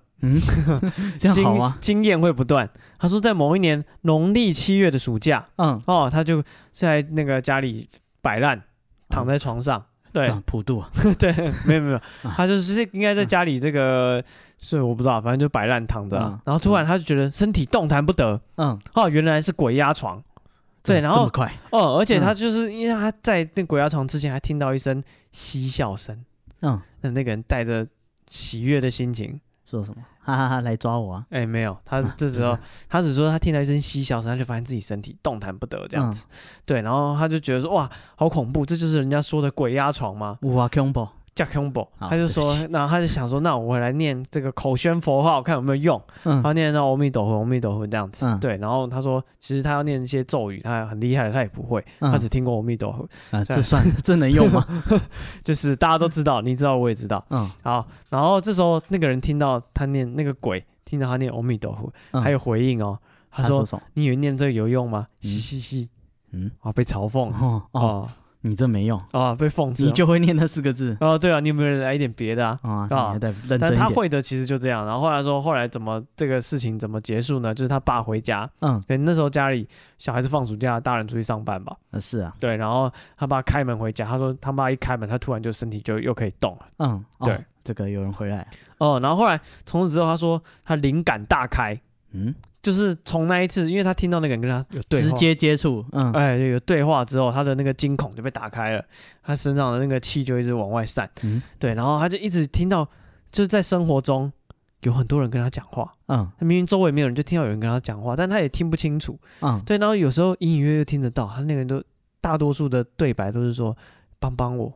[SPEAKER 2] 这样
[SPEAKER 1] 经
[SPEAKER 2] 好吗？
[SPEAKER 1] 经验会不断。他说，在某一年农历七月的暑假，
[SPEAKER 2] 嗯，
[SPEAKER 1] 哦，他就在那个家里摆烂，
[SPEAKER 2] 哦
[SPEAKER 1] 躺在床上。对，
[SPEAKER 2] 啊普渡啊，
[SPEAKER 1] 对， *laughs* 没有没有，
[SPEAKER 2] 啊
[SPEAKER 1] 他就是应该在家里这个，是我不知道，反正就摆烂躺着啊、
[SPEAKER 2] 嗯
[SPEAKER 1] 然后突然他就觉得身体动弹不得，
[SPEAKER 2] 嗯，
[SPEAKER 1] 哦，原来是鬼压床，对，
[SPEAKER 2] 这
[SPEAKER 1] 然
[SPEAKER 2] 这
[SPEAKER 1] 后
[SPEAKER 2] 么嗯快，
[SPEAKER 1] 哦，而且他就是、因为他在那鬼压床之前还听到一声嬉笑声，
[SPEAKER 2] 嗯，
[SPEAKER 1] 那那个人带着喜悦的心情，
[SPEAKER 2] 说什么？哈哈哈，来抓我啊，
[SPEAKER 1] 哎，没有，他
[SPEAKER 2] 啊
[SPEAKER 1] 这时
[SPEAKER 2] *laughs*
[SPEAKER 1] 候、他只说他听到一声嬉笑声，他就发现自己身体动弹不得这样
[SPEAKER 2] 嗯
[SPEAKER 1] 子，对，然后他就觉得说哇，好恐怖，这就是人家说的鬼压床吗？
[SPEAKER 2] 五啊 combo，
[SPEAKER 1] 叫 combo，
[SPEAKER 2] 好
[SPEAKER 1] 他就说
[SPEAKER 2] 对，
[SPEAKER 1] 然后他就想说，那我来念这个口宣佛号，看有没有用。
[SPEAKER 2] 嗯
[SPEAKER 1] 他念到阿弥陀佛，阿弥陀佛这样子，
[SPEAKER 2] 嗯
[SPEAKER 1] 对。然后他说，其实他要念一些咒语，他很厉害的，他也不会，
[SPEAKER 2] 嗯
[SPEAKER 1] 他只听过阿弥陀佛，
[SPEAKER 2] 啊，这算这能
[SPEAKER 1] *laughs*
[SPEAKER 2] 用吗？
[SPEAKER 1] 就是大家都知道，你知道，我也知道。
[SPEAKER 2] 嗯，
[SPEAKER 1] 好，然后这时候那个人听到他念那个鬼听到他念阿弥陀佛，
[SPEAKER 2] 嗯
[SPEAKER 1] 还有回应哦，他
[SPEAKER 2] 他
[SPEAKER 1] 说：“
[SPEAKER 2] 什么？
[SPEAKER 1] 你以为念这个有用吗？”
[SPEAKER 2] 嗯
[SPEAKER 1] 嘻嘻嘻，
[SPEAKER 2] 嗯，
[SPEAKER 1] 啊，被嘲讽
[SPEAKER 2] 哦哦，
[SPEAKER 1] 哦
[SPEAKER 2] 你这没用，
[SPEAKER 1] 啊，被讽刺哦。
[SPEAKER 2] 你就会念那四个字
[SPEAKER 1] 哦，对啊，你有没有来一点别的啊？
[SPEAKER 2] 啊，
[SPEAKER 1] 啊
[SPEAKER 2] 你再认真
[SPEAKER 1] 但
[SPEAKER 2] 一
[SPEAKER 1] 他
[SPEAKER 2] 点，
[SPEAKER 1] 会的其实就这样。然后后来说，后来怎么这个事情怎么结束呢？就是他爸回家，
[SPEAKER 2] 嗯，
[SPEAKER 1] 对，那时候家里小孩子放暑假，大人出去上班吧，
[SPEAKER 2] 呃是啊，
[SPEAKER 1] 对。然后他爸开门回家，他说他妈一开门，他突然就身体就又可以动了。
[SPEAKER 2] 嗯，哦
[SPEAKER 1] 对，
[SPEAKER 2] 这个有人回来，
[SPEAKER 1] 哦，然后后来从此之后，他说他灵感大开，
[SPEAKER 2] 嗯，
[SPEAKER 1] 就是从那一次，因为他听到那个人跟他有对哦
[SPEAKER 2] 直
[SPEAKER 1] 话。
[SPEAKER 2] 接接触，嗯，
[SPEAKER 1] 哎，有对话之后，他的那个惊恐就被打开了，他身上的那个气就一直往外散。
[SPEAKER 2] 嗯
[SPEAKER 1] 对，然后他就一直听到，就是在生活中有很多人跟他讲话，
[SPEAKER 2] 嗯
[SPEAKER 1] 他明明周围没有人，就听到有人跟他讲话，但他也听不清楚。
[SPEAKER 2] 嗯，
[SPEAKER 1] 对，然后有时候隐隐约约听得到，他那个人都大多数的对白都是说“帮帮我”，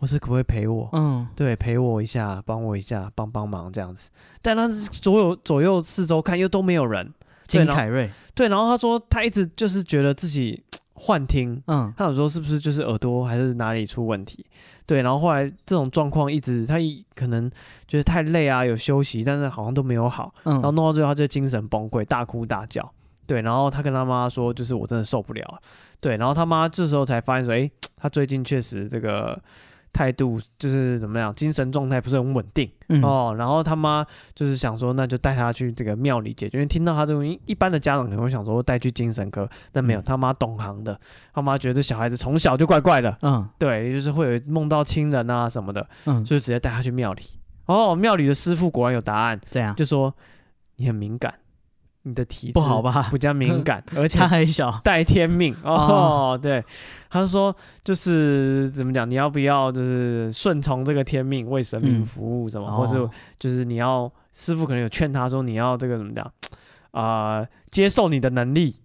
[SPEAKER 1] 或是“可不可以陪我”，
[SPEAKER 2] 嗯
[SPEAKER 1] 对，陪我一下，帮我一下，帮帮忙这样子。但他是左右左右四周看又都没有人。
[SPEAKER 2] 金
[SPEAKER 1] 然后
[SPEAKER 2] 凯瑞，
[SPEAKER 1] 对，然后他说他一直就是觉得自己幻听。
[SPEAKER 2] 嗯
[SPEAKER 1] 他有时候是不是就是耳朵还是哪里出问题？对，然后后来这种状况一直他一可能觉得太累啊，有休息，但是好像都没有好。然后
[SPEAKER 2] 嗯，
[SPEAKER 1] 弄到最后，他就精神崩溃，大哭大叫。对，然后他跟他妈说，就是我真的受不了了。对，然后他妈这时候才发现说，诶，他最近确实这个态度就是怎么样，精神状态不是很稳定、
[SPEAKER 2] 嗯，
[SPEAKER 1] 哦。然后他妈就是想说，那就带他去这个庙里解决。因为听到他这种，一般的家长可能会想说带去精神科，但没有，
[SPEAKER 2] 嗯
[SPEAKER 1] 他妈懂行的，他妈觉得这小孩子从小就怪怪的，
[SPEAKER 2] 嗯
[SPEAKER 1] 对，就是会有梦到亲人啊什么的，
[SPEAKER 2] 嗯，
[SPEAKER 1] 所以直接带他去庙里。哦，庙里的师傅果然有答案，
[SPEAKER 2] 这样，
[SPEAKER 1] 就说你很敏感，你的体质
[SPEAKER 2] 不好吧？
[SPEAKER 1] 比较敏
[SPEAKER 2] *laughs*
[SPEAKER 1] 感，而且
[SPEAKER 2] 他还小，
[SPEAKER 1] 带天
[SPEAKER 2] *laughs*
[SPEAKER 1] 命哦。对，他说就是怎么讲，你要不要就是顺从这个天命，为神明
[SPEAKER 2] 嗯
[SPEAKER 1] 服务什么，
[SPEAKER 2] 哦
[SPEAKER 1] 或是就是你要师傅可能有劝他说你要这个怎么讲啊、接受你的能力，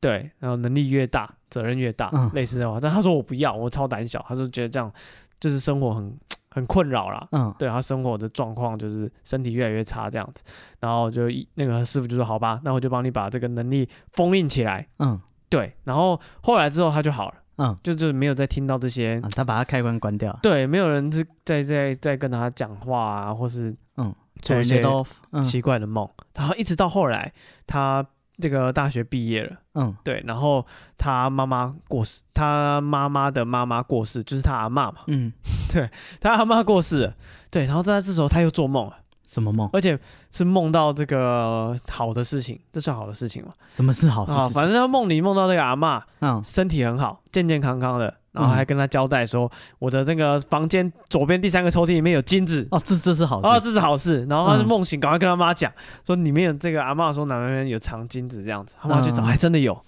[SPEAKER 1] 对，然后能力越大，责任越大，
[SPEAKER 2] 嗯
[SPEAKER 1] 类似的话。但他说我不要，我超胆小，他说觉得这样就是生活很很困扰啦。
[SPEAKER 2] 嗯，
[SPEAKER 1] 对他生活的状况就是身体越来越差这样子，然后就一那个师傅就说好吧，那我就帮你把这个能力封印起来。
[SPEAKER 2] 嗯
[SPEAKER 1] 对，然后后来之后他就好了，
[SPEAKER 2] 嗯，啊
[SPEAKER 1] 就就是没有再听到这些，
[SPEAKER 2] 他把他开关关掉，
[SPEAKER 1] 对，没有人是在在在跟他讲话啊，或是
[SPEAKER 2] 嗯
[SPEAKER 1] 做一
[SPEAKER 2] 人家
[SPEAKER 1] 些
[SPEAKER 2] 都嗯
[SPEAKER 1] 奇怪的梦。然后一直到后来他这个大学毕业了，
[SPEAKER 2] 嗯
[SPEAKER 1] 对，然后他妈妈过世，他妈妈的妈妈过世，就是他阿嬷嘛，
[SPEAKER 2] 嗯，
[SPEAKER 1] 他阿嬷过世了，对，然后在这时候他又做梦了。
[SPEAKER 2] 什么梦？
[SPEAKER 1] 而且是梦到这个好的事情，这算好的事情吗？
[SPEAKER 2] 什么是好事
[SPEAKER 1] 啊，
[SPEAKER 2] 情？
[SPEAKER 1] 反正他梦里梦到这个阿嬷
[SPEAKER 2] 嗯
[SPEAKER 1] 身体很好，健健康康的，然后还跟他交代说，我的这个房间左边第三个抽屉里面有金子。
[SPEAKER 2] 哦，这这是好
[SPEAKER 1] 哦，
[SPEAKER 2] 事，
[SPEAKER 1] 这是好事。然后他就
[SPEAKER 2] 嗯
[SPEAKER 1] 梦醒，赶快跟他妈讲，说里面有这个阿嬷说哪边有藏金子这样子。他妈去找，
[SPEAKER 2] 嗯
[SPEAKER 1] 还真的有。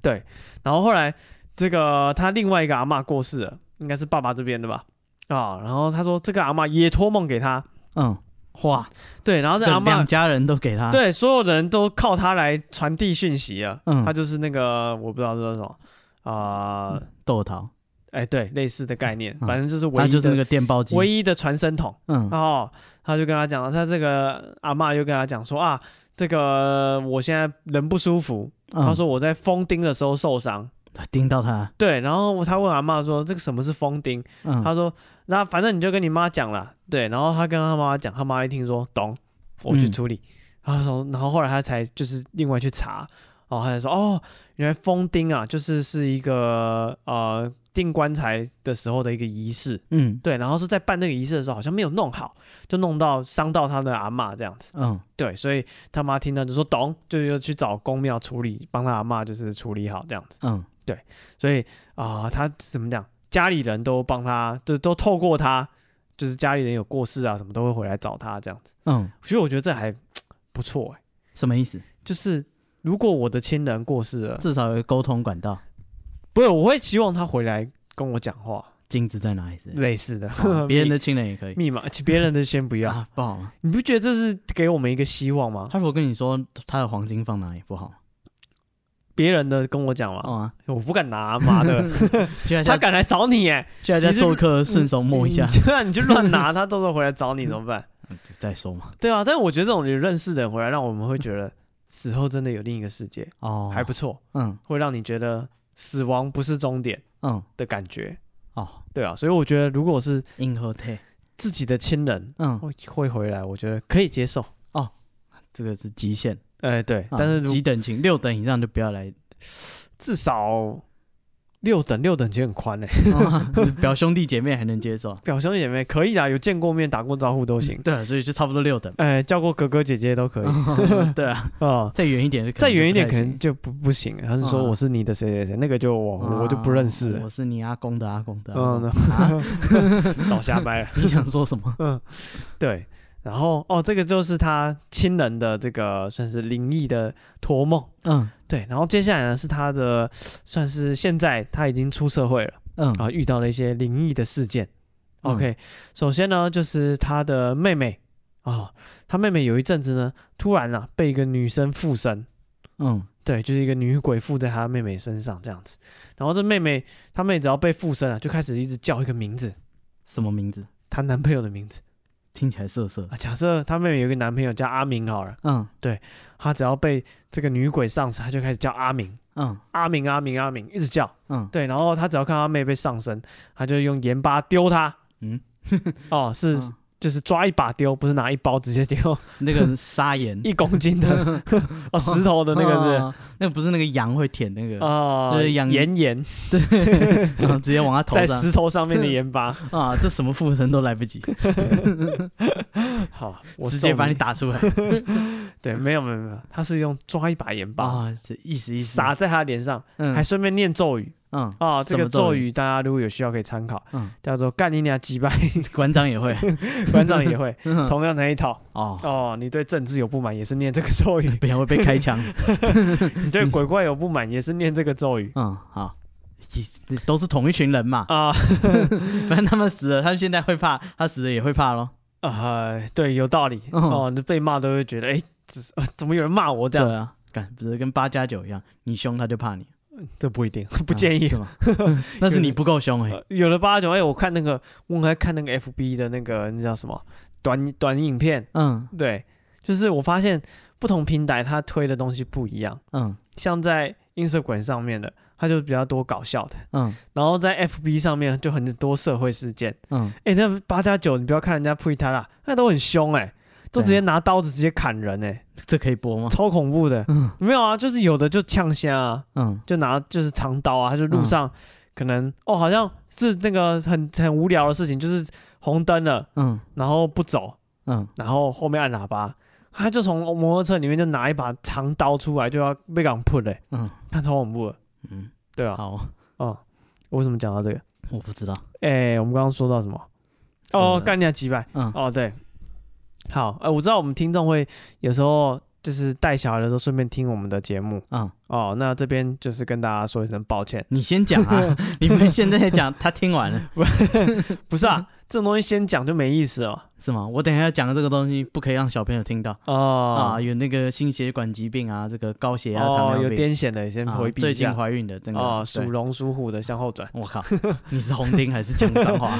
[SPEAKER 1] 对，然后后来这个他另外一个阿嬷过世了，应该是爸爸这边的吧？啊，然后他说这个阿嬷也托梦给他，
[SPEAKER 2] 嗯，哇，
[SPEAKER 1] 对，然后这阿
[SPEAKER 2] 这
[SPEAKER 1] 嬷
[SPEAKER 2] 两家人都给他，
[SPEAKER 1] 对，所有的人都靠他来传递讯息啊。
[SPEAKER 2] 嗯
[SPEAKER 1] 他就是那个我不知道叫什么啊，呃
[SPEAKER 2] 豆桃，
[SPEAKER 1] 哎、对，类似的概念，
[SPEAKER 2] 嗯
[SPEAKER 1] 反正就是唯
[SPEAKER 2] 他
[SPEAKER 1] 一的、
[SPEAKER 2] 就是那个电报机，
[SPEAKER 1] 唯一啊的传声筒。
[SPEAKER 2] 嗯
[SPEAKER 1] 然后他就跟他讲，他这个阿嬷就跟他讲说啊，这个我现在人不舒服，他
[SPEAKER 2] 嗯，
[SPEAKER 1] 说我在封钉的时候受伤。
[SPEAKER 2] 盯到他，
[SPEAKER 1] 对，然后他问阿嬷说：“这个什么是封钉？”
[SPEAKER 2] 嗯，
[SPEAKER 1] 他说：“那反正你就跟你妈讲啦。”对，然后他跟他妈妈讲，他妈一听说懂，我去
[SPEAKER 2] 嗯
[SPEAKER 1] 处理。然后说，然后后来他才就是另外去查，然后他才说：“哦，原来封钉啊，就是是一个呃订棺材的时候的一个仪式。
[SPEAKER 2] 嗯
[SPEAKER 1] 对，然后是在办那个仪式的时候好像没有弄好，就弄到伤到他的阿嬷这样子。
[SPEAKER 2] 嗯
[SPEAKER 1] 对，所以他妈听到就说懂，就又去找公庙处理，帮他阿嬷就是处理好这样子。”
[SPEAKER 2] 嗯
[SPEAKER 1] 所以啊、他怎么讲，家里人都帮他，就都透过他，就是家里人有过世啊，什么都会回来找他这样子。
[SPEAKER 2] 嗯，
[SPEAKER 1] 其实我觉得这还不错哎、
[SPEAKER 2] 什么意思？
[SPEAKER 1] 就是如果我的亲人过世了，
[SPEAKER 2] 至少有个沟通管道，
[SPEAKER 1] 不是我会希望他回来跟我讲话，
[SPEAKER 2] 金子在哪里之类的？
[SPEAKER 1] 类似的，*laughs*
[SPEAKER 2] 哦别人
[SPEAKER 1] 密
[SPEAKER 2] 的亲人也可以，
[SPEAKER 1] 密码，其别人的先不要，
[SPEAKER 2] 啊，不好吗？
[SPEAKER 1] 你不觉得这是给我们一个希望吗？
[SPEAKER 2] 他如果跟你说他的黄金放哪里不好，
[SPEAKER 1] 别人的跟我讲嘛，
[SPEAKER 2] 哦啊，
[SPEAKER 1] 我不敢拿，妈
[SPEAKER 2] *laughs*
[SPEAKER 1] 的，
[SPEAKER 2] 居然
[SPEAKER 1] 他
[SPEAKER 2] 家
[SPEAKER 1] 敢来找你哎、
[SPEAKER 2] 居然家
[SPEAKER 1] 你是
[SPEAKER 2] 做客顺手摸一下嗯
[SPEAKER 1] 你 *laughs* 对啊，你就乱拿，他到时候回来找嗯你怎么办？
[SPEAKER 2] 再说嘛。
[SPEAKER 1] 对啊，但是我觉得这种有认识的人回来，让我们会觉得死后真的有另一个世界，
[SPEAKER 2] 哦，
[SPEAKER 1] 还不错，
[SPEAKER 2] 嗯
[SPEAKER 1] 会让你觉得死亡不是终点
[SPEAKER 2] 嗯
[SPEAKER 1] 的感觉。
[SPEAKER 2] 哦，
[SPEAKER 1] 对啊，所以我觉得如果是
[SPEAKER 2] 硬核退，
[SPEAKER 1] 自己的亲人
[SPEAKER 2] 嗯
[SPEAKER 1] 会会回来，我觉得可以接受。
[SPEAKER 2] 这个是极限，
[SPEAKER 1] 哎、对，
[SPEAKER 2] 啊
[SPEAKER 1] 但是如
[SPEAKER 2] 几等亲六等以上就不
[SPEAKER 1] *laughs*
[SPEAKER 2] 要来，
[SPEAKER 1] 至少六等六等级很宽哎、
[SPEAKER 2] *laughs* 哦表兄弟姐妹还能接受，
[SPEAKER 1] 表兄姐妹可以啦，有见过面、打过招呼都行，。
[SPEAKER 2] 对啊，所以就差不多六等
[SPEAKER 1] 哎、叫过哥哥姐姐都可以啊、
[SPEAKER 2] 对
[SPEAKER 1] *laughs*
[SPEAKER 2] 啊， *laughs* 再远一点就可能
[SPEAKER 1] 再远一点
[SPEAKER 2] *laughs* 就
[SPEAKER 1] 可
[SPEAKER 2] 不
[SPEAKER 1] 能就不
[SPEAKER 2] 太行
[SPEAKER 1] 不行了，他是说
[SPEAKER 2] 嗯
[SPEAKER 1] 我是你的谁谁谁，那个就我、哦我就不认识
[SPEAKER 2] 啊
[SPEAKER 1] 了
[SPEAKER 2] 我，是你阿公的阿公的。
[SPEAKER 1] 嗯
[SPEAKER 2] 嗯，啊
[SPEAKER 1] 少瞎掰了。
[SPEAKER 2] *laughs* 你想说什么？
[SPEAKER 1] 嗯，对。然后哦，这个就是他亲人的这个算是灵异的托梦，
[SPEAKER 2] 嗯
[SPEAKER 1] 对。然后接下来呢是他的，算是现在他已经出社会了
[SPEAKER 2] 嗯
[SPEAKER 1] 啊，遇到了一些灵异的事件。
[SPEAKER 2] 嗯
[SPEAKER 1] OK，、首先呢就是他的妹妹啊、他妹妹有一阵子呢突然啊被一个女生附身，
[SPEAKER 2] 嗯
[SPEAKER 1] 对，就是一个女鬼附在他妹妹身上这样子。然后这妹妹，她妹只要被附身啊，就开始一直叫一个名字，
[SPEAKER 2] 什么名字？
[SPEAKER 1] 她男朋友的名字
[SPEAKER 2] 听起来涩涩。
[SPEAKER 1] 啊。假设她妹妹有一个男朋友叫阿明好了。
[SPEAKER 2] 嗯
[SPEAKER 1] 他只要被这个女鬼上身，他就开始叫阿明，
[SPEAKER 2] 嗯
[SPEAKER 1] 阿明，阿明，阿明，一直叫。
[SPEAKER 2] 嗯
[SPEAKER 1] 对，然后他只要看他妹被上身，他就用盐巴丢她。
[SPEAKER 2] 嗯，
[SPEAKER 1] *laughs* 哦，是、
[SPEAKER 2] 嗯
[SPEAKER 1] 就是抓一把丢，不是拿一包直接丢， *laughs*
[SPEAKER 2] 那个砂盐
[SPEAKER 1] 一公斤的哦石头 *laughs* 的那个
[SPEAKER 2] 哦那个不是那个羊会舔那
[SPEAKER 1] 是
[SPEAKER 2] 个，
[SPEAKER 1] 哦
[SPEAKER 2] 就是羊
[SPEAKER 1] 盐盐 *laughs*
[SPEAKER 2] 嗯直接往他头
[SPEAKER 1] 在
[SPEAKER 2] 上
[SPEAKER 1] 石头上面的盐
[SPEAKER 2] *laughs*
[SPEAKER 1] 巴。
[SPEAKER 2] 啊，这什么附身都来不及，
[SPEAKER 1] 好，我
[SPEAKER 2] 直接
[SPEAKER 1] 送
[SPEAKER 2] 把你。打出来
[SPEAKER 1] 对，没有没有 *laughs* 没有，他是用抓一把盐巴
[SPEAKER 2] 哦啊，这意思意思
[SPEAKER 1] 撒在他脸上，
[SPEAKER 2] 嗯
[SPEAKER 1] 还顺便念咒语。
[SPEAKER 2] 嗯，
[SPEAKER 1] 啊，这
[SPEAKER 2] 什
[SPEAKER 1] 个
[SPEAKER 2] 么咒
[SPEAKER 1] 咒语大家如果有需要可以参考，
[SPEAKER 2] 嗯
[SPEAKER 1] 叫做“干你俩
[SPEAKER 2] *laughs*
[SPEAKER 1] 几百 *laughs*
[SPEAKER 2] 馆长也会”，
[SPEAKER 1] 馆长也会
[SPEAKER 2] 嗯
[SPEAKER 1] 同样那一套。
[SPEAKER 2] 哦，
[SPEAKER 1] 哦，你对政治有不满也是念这个咒语
[SPEAKER 2] *laughs* ，不要会被开枪。
[SPEAKER 1] 你对鬼怪有不满也是念这个咒语
[SPEAKER 2] 嗯，好，也都是同一群人 *laughs* 嘛，
[SPEAKER 1] 啊。
[SPEAKER 2] 反正他们死了，他们现在会怕，他死了也会怕咯。
[SPEAKER 1] 啊，对，有道理
[SPEAKER 2] 嗯
[SPEAKER 1] 哦。你被骂都会觉得，哎，这是呃怎么有人骂我这样
[SPEAKER 2] 对
[SPEAKER 1] 子？
[SPEAKER 2] 啊，干不是跟八加九一样，你凶他就怕你，
[SPEAKER 1] 这不一定，不
[SPEAKER 2] 啊
[SPEAKER 1] 建议
[SPEAKER 2] 是。吗？ *laughs* 那是你不够凶哎。
[SPEAKER 1] 呃有的八九，哎，我看那个，我还看那个 FB 的那个那叫什么短短影片，
[SPEAKER 2] 嗯
[SPEAKER 1] 对，就是我发现不同平台它推的东西不一样，
[SPEAKER 2] 嗯
[SPEAKER 1] 像在 Instagram 上面的，它就比较多搞笑的，
[SPEAKER 2] 嗯
[SPEAKER 1] 然后在 FB 上面就很多社会事件。
[SPEAKER 2] 嗯，
[SPEAKER 1] 哎、那八加九，你不要看人家 p r e t a 啦，那都很凶哎、都直
[SPEAKER 2] 怎
[SPEAKER 1] 接
[SPEAKER 2] 样
[SPEAKER 1] 拿刀子直接砍人哎、
[SPEAKER 2] 这可以播吗？
[SPEAKER 1] 超恐怖的。
[SPEAKER 2] 嗯
[SPEAKER 1] 没有啊，就是有的就呛虾啊，
[SPEAKER 2] 嗯
[SPEAKER 1] 就拿就是长刀啊，他就路上可能、哦，好像是那个很很无聊的事情，就是红灯了，
[SPEAKER 2] 嗯
[SPEAKER 1] 然后不走，
[SPEAKER 2] 嗯，
[SPEAKER 1] 然后后面按喇叭，他就从摩托车里面就拿一把长刀出来，就要被港扑嘞，
[SPEAKER 2] 嗯，
[SPEAKER 1] 看超恐怖的，
[SPEAKER 2] 嗯，
[SPEAKER 1] 对啊，
[SPEAKER 2] 好，
[SPEAKER 1] 哦、我为什么讲到这个？
[SPEAKER 2] 我不知道。
[SPEAKER 1] 哎、我们刚刚说到什么？哦，
[SPEAKER 2] 嗯
[SPEAKER 1] 干你啊几百，
[SPEAKER 2] 嗯
[SPEAKER 1] 哦，对，好，呃，我知道我们听众会有时候就是带小孩的时候顺便听我们的节目
[SPEAKER 2] 嗯，
[SPEAKER 1] 哦，那这边就是跟大家说一声抱歉，
[SPEAKER 2] 你先讲 *laughs* 啊，你们现在讲，他听完 *laughs* 了
[SPEAKER 1] 不是
[SPEAKER 2] 嗯
[SPEAKER 1] 啊，这种东西先讲就没意思了
[SPEAKER 2] 是吗？我等一下讲的这个东西不可以让小朋友听到啊，
[SPEAKER 1] 哦
[SPEAKER 2] 有那个心血管疾病啊，这个高血压、
[SPEAKER 1] 哦，
[SPEAKER 2] 糖
[SPEAKER 1] 有
[SPEAKER 2] 尿病，
[SPEAKER 1] 癫痫的先
[SPEAKER 2] 啊
[SPEAKER 1] 回避一
[SPEAKER 2] 最近
[SPEAKER 1] 下
[SPEAKER 2] 怀孕的那个
[SPEAKER 1] 哦，
[SPEAKER 2] 对
[SPEAKER 1] 属龙属虎的向后转，
[SPEAKER 2] 我靠， *laughs* 你是红丁还是讲
[SPEAKER 1] *laughs*
[SPEAKER 2] 脏话？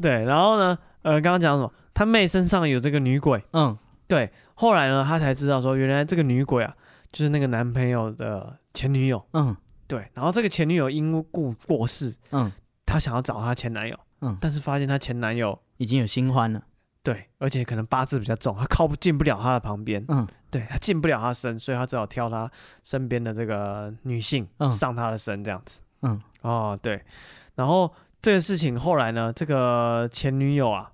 [SPEAKER 1] 对，然后呢，呃，刚刚讲什么？他妹身上有这个女鬼，
[SPEAKER 2] 嗯
[SPEAKER 1] 对，后来呢，他才知道说原来这个女鬼啊，就是那个男朋友的前女友，
[SPEAKER 2] 嗯
[SPEAKER 1] 对，然后这个前女友因故过世，
[SPEAKER 2] 嗯，
[SPEAKER 1] 她想要找她前男友，
[SPEAKER 2] 嗯
[SPEAKER 1] 但是发现她前男友
[SPEAKER 2] 已经有新欢了。
[SPEAKER 1] 对，而且可能八字比较重，她靠不近不了他的旁边，
[SPEAKER 2] 嗯
[SPEAKER 1] 对她近不了他身，所以她只好挑她身边的这个女性、
[SPEAKER 2] 嗯
[SPEAKER 1] 上她的身这样子。
[SPEAKER 2] 嗯
[SPEAKER 1] 哦，对，然后这个事情后来呢，这个前女友啊，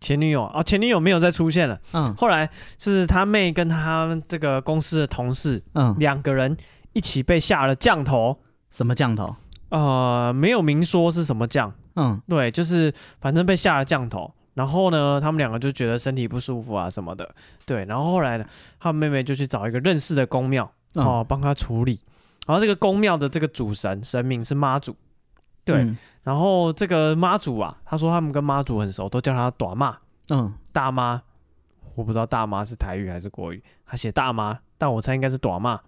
[SPEAKER 1] 前女友啊，哦前女友没有再出现了，
[SPEAKER 2] 嗯
[SPEAKER 1] 后来是他妹跟他这个公司的同事
[SPEAKER 2] 嗯，
[SPEAKER 1] 两个人一起被下了降头。
[SPEAKER 2] 什么降头？
[SPEAKER 1] 呃，没有明说是什么降，
[SPEAKER 2] 嗯
[SPEAKER 1] 对，就是反正被下了降头。然后呢，他们两个就觉得身体不舒服啊什么的，对。然后后来呢，他妹妹就去找一个认识的公庙
[SPEAKER 2] 嗯
[SPEAKER 1] 哦，帮他处理。然后这个公庙的这个主神神明是妈祖，对。
[SPEAKER 2] 嗯
[SPEAKER 1] 然后这个妈祖啊，他说他们跟妈祖很熟，都叫她短妈
[SPEAKER 2] 嗯
[SPEAKER 1] 大妈。我不知道大妈是台语还是国语，他写大妈，但我猜应该是短妈。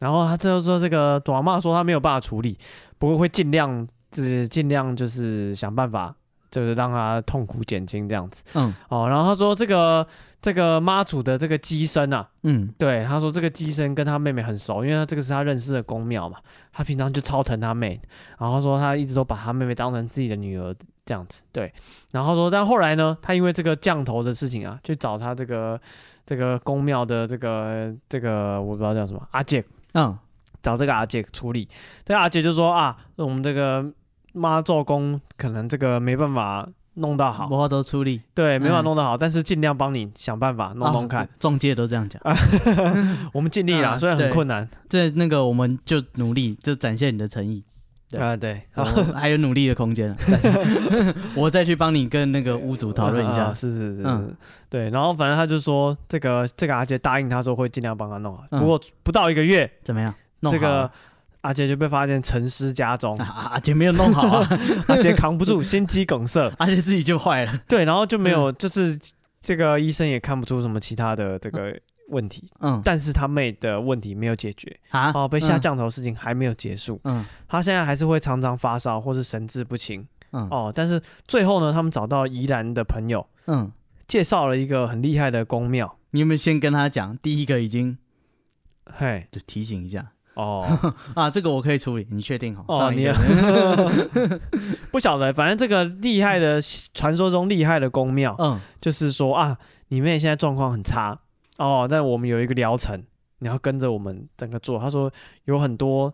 [SPEAKER 1] 然后他最后说这个短妈说他没有办法处理，不过会尽量，就是尽量就是想办法，就是让他痛苦减轻这样子。
[SPEAKER 2] 嗯
[SPEAKER 1] 哦，然后他说这个这个妈祖的这个机身啊，
[SPEAKER 2] 嗯
[SPEAKER 1] 对，他说这个机身跟他妹妹很熟，因为他这个是他认识的公庙嘛，他平常就超疼他妹，然后说他一直都把他妹妹当成自己的女儿这样子，对，然后说但后来呢，他因为这个降头的事情啊，去找他这个这个公庙的这个这个我不知道叫什么阿杰，
[SPEAKER 2] 嗯
[SPEAKER 1] 找这个阿杰处理，这个阿杰就说啊，我们这个妈做工可能这个没办法弄到好，
[SPEAKER 2] 我都出力，
[SPEAKER 1] 对，没办法
[SPEAKER 2] 嗯
[SPEAKER 1] 弄得好，但是尽量帮你想办法弄弄
[SPEAKER 2] 啊
[SPEAKER 1] 看，，啊
[SPEAKER 2] 中介都这样讲。
[SPEAKER 1] 我们尽力啦，
[SPEAKER 2] 嗯
[SPEAKER 1] 虽然很
[SPEAKER 2] 对
[SPEAKER 1] 困难，
[SPEAKER 2] 这那个我们就努力，就展现你的诚意，对
[SPEAKER 1] 啊、对，
[SPEAKER 2] 我们还有努力的空间啊。 *laughs* 我再去帮你跟那个屋主讨论一
[SPEAKER 1] 啊
[SPEAKER 2] 下。
[SPEAKER 1] 是是是，
[SPEAKER 2] 嗯
[SPEAKER 1] 对。然后反正他就说，这个这个阿杰答应他说会尽量帮他弄好，啊
[SPEAKER 2] 嗯
[SPEAKER 1] 不过不到一个月，
[SPEAKER 2] 怎么样？弄
[SPEAKER 1] 这
[SPEAKER 2] 好
[SPEAKER 1] 个
[SPEAKER 2] 了
[SPEAKER 1] 阿杰就被发现沉尸家中
[SPEAKER 2] 啊，啊啊姐没有弄好啊，
[SPEAKER 1] *laughs* 阿杰扛不住，心肌梗
[SPEAKER 2] *laughs*
[SPEAKER 1] 塞，
[SPEAKER 2] 而且自己就坏了。
[SPEAKER 1] 对，然后就没
[SPEAKER 2] 嗯
[SPEAKER 1] 有，就是这个医生也看不出什么其他的这个问题，
[SPEAKER 2] 嗯
[SPEAKER 1] 但是他妹的问题没有解决，
[SPEAKER 2] 啊，
[SPEAKER 1] 哦，被下
[SPEAKER 2] 嗯。
[SPEAKER 1] 降头的事情还没有结束，
[SPEAKER 2] 嗯
[SPEAKER 1] 他现在还是会常常发烧或是神志不清，
[SPEAKER 2] 嗯
[SPEAKER 1] 哦，但是最后呢，他们找到宜兰的朋友，
[SPEAKER 2] 嗯，
[SPEAKER 1] 介绍了一个很厉害的宫庙，
[SPEAKER 2] 你有没有先跟他讲？第一个已经
[SPEAKER 1] 嘿，
[SPEAKER 2] 就提醒一下
[SPEAKER 1] 哦。
[SPEAKER 2] *laughs* 啊，这个我可以处理，你确定好？
[SPEAKER 1] *laughs* 哦
[SPEAKER 2] 上一个
[SPEAKER 1] *laughs* 不晓得，反正这个厉害的传说中厉害的宫庙，
[SPEAKER 2] *laughs* 嗯
[SPEAKER 1] 就是说啊，你妹现在状况很差哦，但我们有一个疗程，你要跟着我们整个做。他说有很多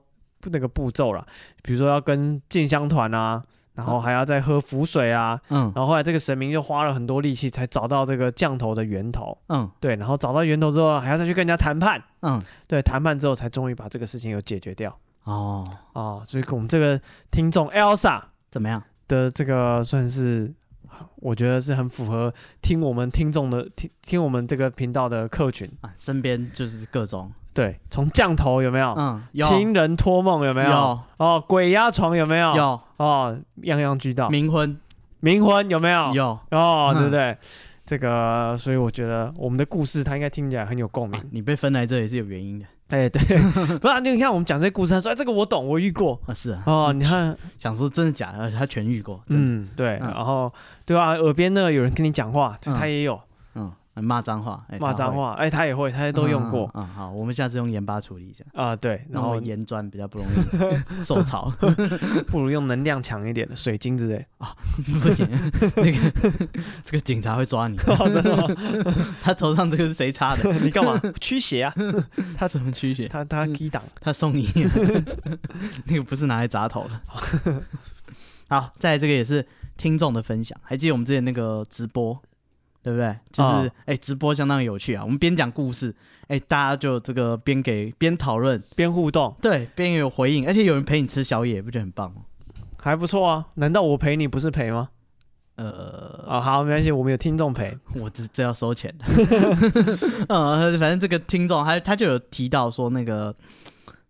[SPEAKER 1] 那个步骤啦，比如说要跟进香团啊，然后还要再喝符水啊。
[SPEAKER 2] 嗯
[SPEAKER 1] 然后后来这个神明又花了很多力气才找到这个降头的源头，
[SPEAKER 2] 嗯
[SPEAKER 1] 对，然后找到源头之后还要再去跟人家谈判，
[SPEAKER 2] 嗯
[SPEAKER 1] 对，谈判之后才终于把这个事情有解决掉。
[SPEAKER 2] 哦，
[SPEAKER 1] 哦，就是我们这个听众 Elsa
[SPEAKER 2] 怎么样？
[SPEAKER 1] 的这个算是，我觉得是很符合听我们听众的听听我们这个频道的客群。
[SPEAKER 2] 啊，身边就是各种，
[SPEAKER 1] 对，从降头有没有？
[SPEAKER 2] 嗯，有
[SPEAKER 1] 情人托梦有没有？
[SPEAKER 2] 有
[SPEAKER 1] 哦，鬼压床有没有？
[SPEAKER 2] 有
[SPEAKER 1] 哦，样样俱到。
[SPEAKER 2] 冥婚
[SPEAKER 1] 冥婚有没有？
[SPEAKER 2] 有，
[SPEAKER 1] 哦，
[SPEAKER 2] 嗯
[SPEAKER 1] 对不对？这个，所以我觉得我们的故事他应该听起来很有共鸣
[SPEAKER 2] 啊。你被分来这也是有原因的
[SPEAKER 1] 哎，对，不然你看我们讲这些故事，他说哎，这个我懂，我遇过。
[SPEAKER 2] 啊，是啊，
[SPEAKER 1] 哦，你看，
[SPEAKER 2] 想说真的假的，他痊愈过，真的，
[SPEAKER 1] 嗯，对，
[SPEAKER 2] 嗯
[SPEAKER 1] 然后对啊，耳边呢有人跟你讲话，就他
[SPEAKER 2] 嗯
[SPEAKER 1] 也有
[SPEAKER 2] 嗯，骂脏话，哎
[SPEAKER 1] 骂脏，话，哎，他也会，他
[SPEAKER 2] 他会
[SPEAKER 1] 都用过
[SPEAKER 2] 嗯，嗯嗯好，我们下次用盐巴处理一下，
[SPEAKER 1] 啊，对，然
[SPEAKER 2] 然
[SPEAKER 1] 后
[SPEAKER 2] 后盐砖比较不容易受潮， *laughs*
[SPEAKER 1] 不如用能量强一点的水晶之类，
[SPEAKER 2] 不行， *laughs* 那个 *laughs* 这个警察会抓你，
[SPEAKER 1] 哦真的吗？
[SPEAKER 2] *laughs* 他头上这个是谁插 *laughs* 的？
[SPEAKER 1] 你干嘛驱邪啊？
[SPEAKER 2] 嗯他什么驱邪？
[SPEAKER 1] 他他 key 档
[SPEAKER 2] 他送你，那个不是拿来砸头的。
[SPEAKER 1] *laughs*
[SPEAKER 2] 好，再来这个也是听众的分享，还记得我们之前那个直播，对不对？就是哎、
[SPEAKER 1] 哦
[SPEAKER 2] 诶直播相当有趣啊，我们边讲故事，哎、大家就这个边给边讨论，
[SPEAKER 1] 边互动
[SPEAKER 2] 对，边有回应，而且有人陪你吃宵夜，不觉得很棒吗？
[SPEAKER 1] 还不错啊，难道我陪你不是陪吗？
[SPEAKER 2] 呃，
[SPEAKER 1] 啊，好，没关系，我们有听众陪，
[SPEAKER 2] 我这这要
[SPEAKER 1] *laughs*
[SPEAKER 2] 收钱 *laughs* 的。嗯，反正这个听众他他就有提到说那个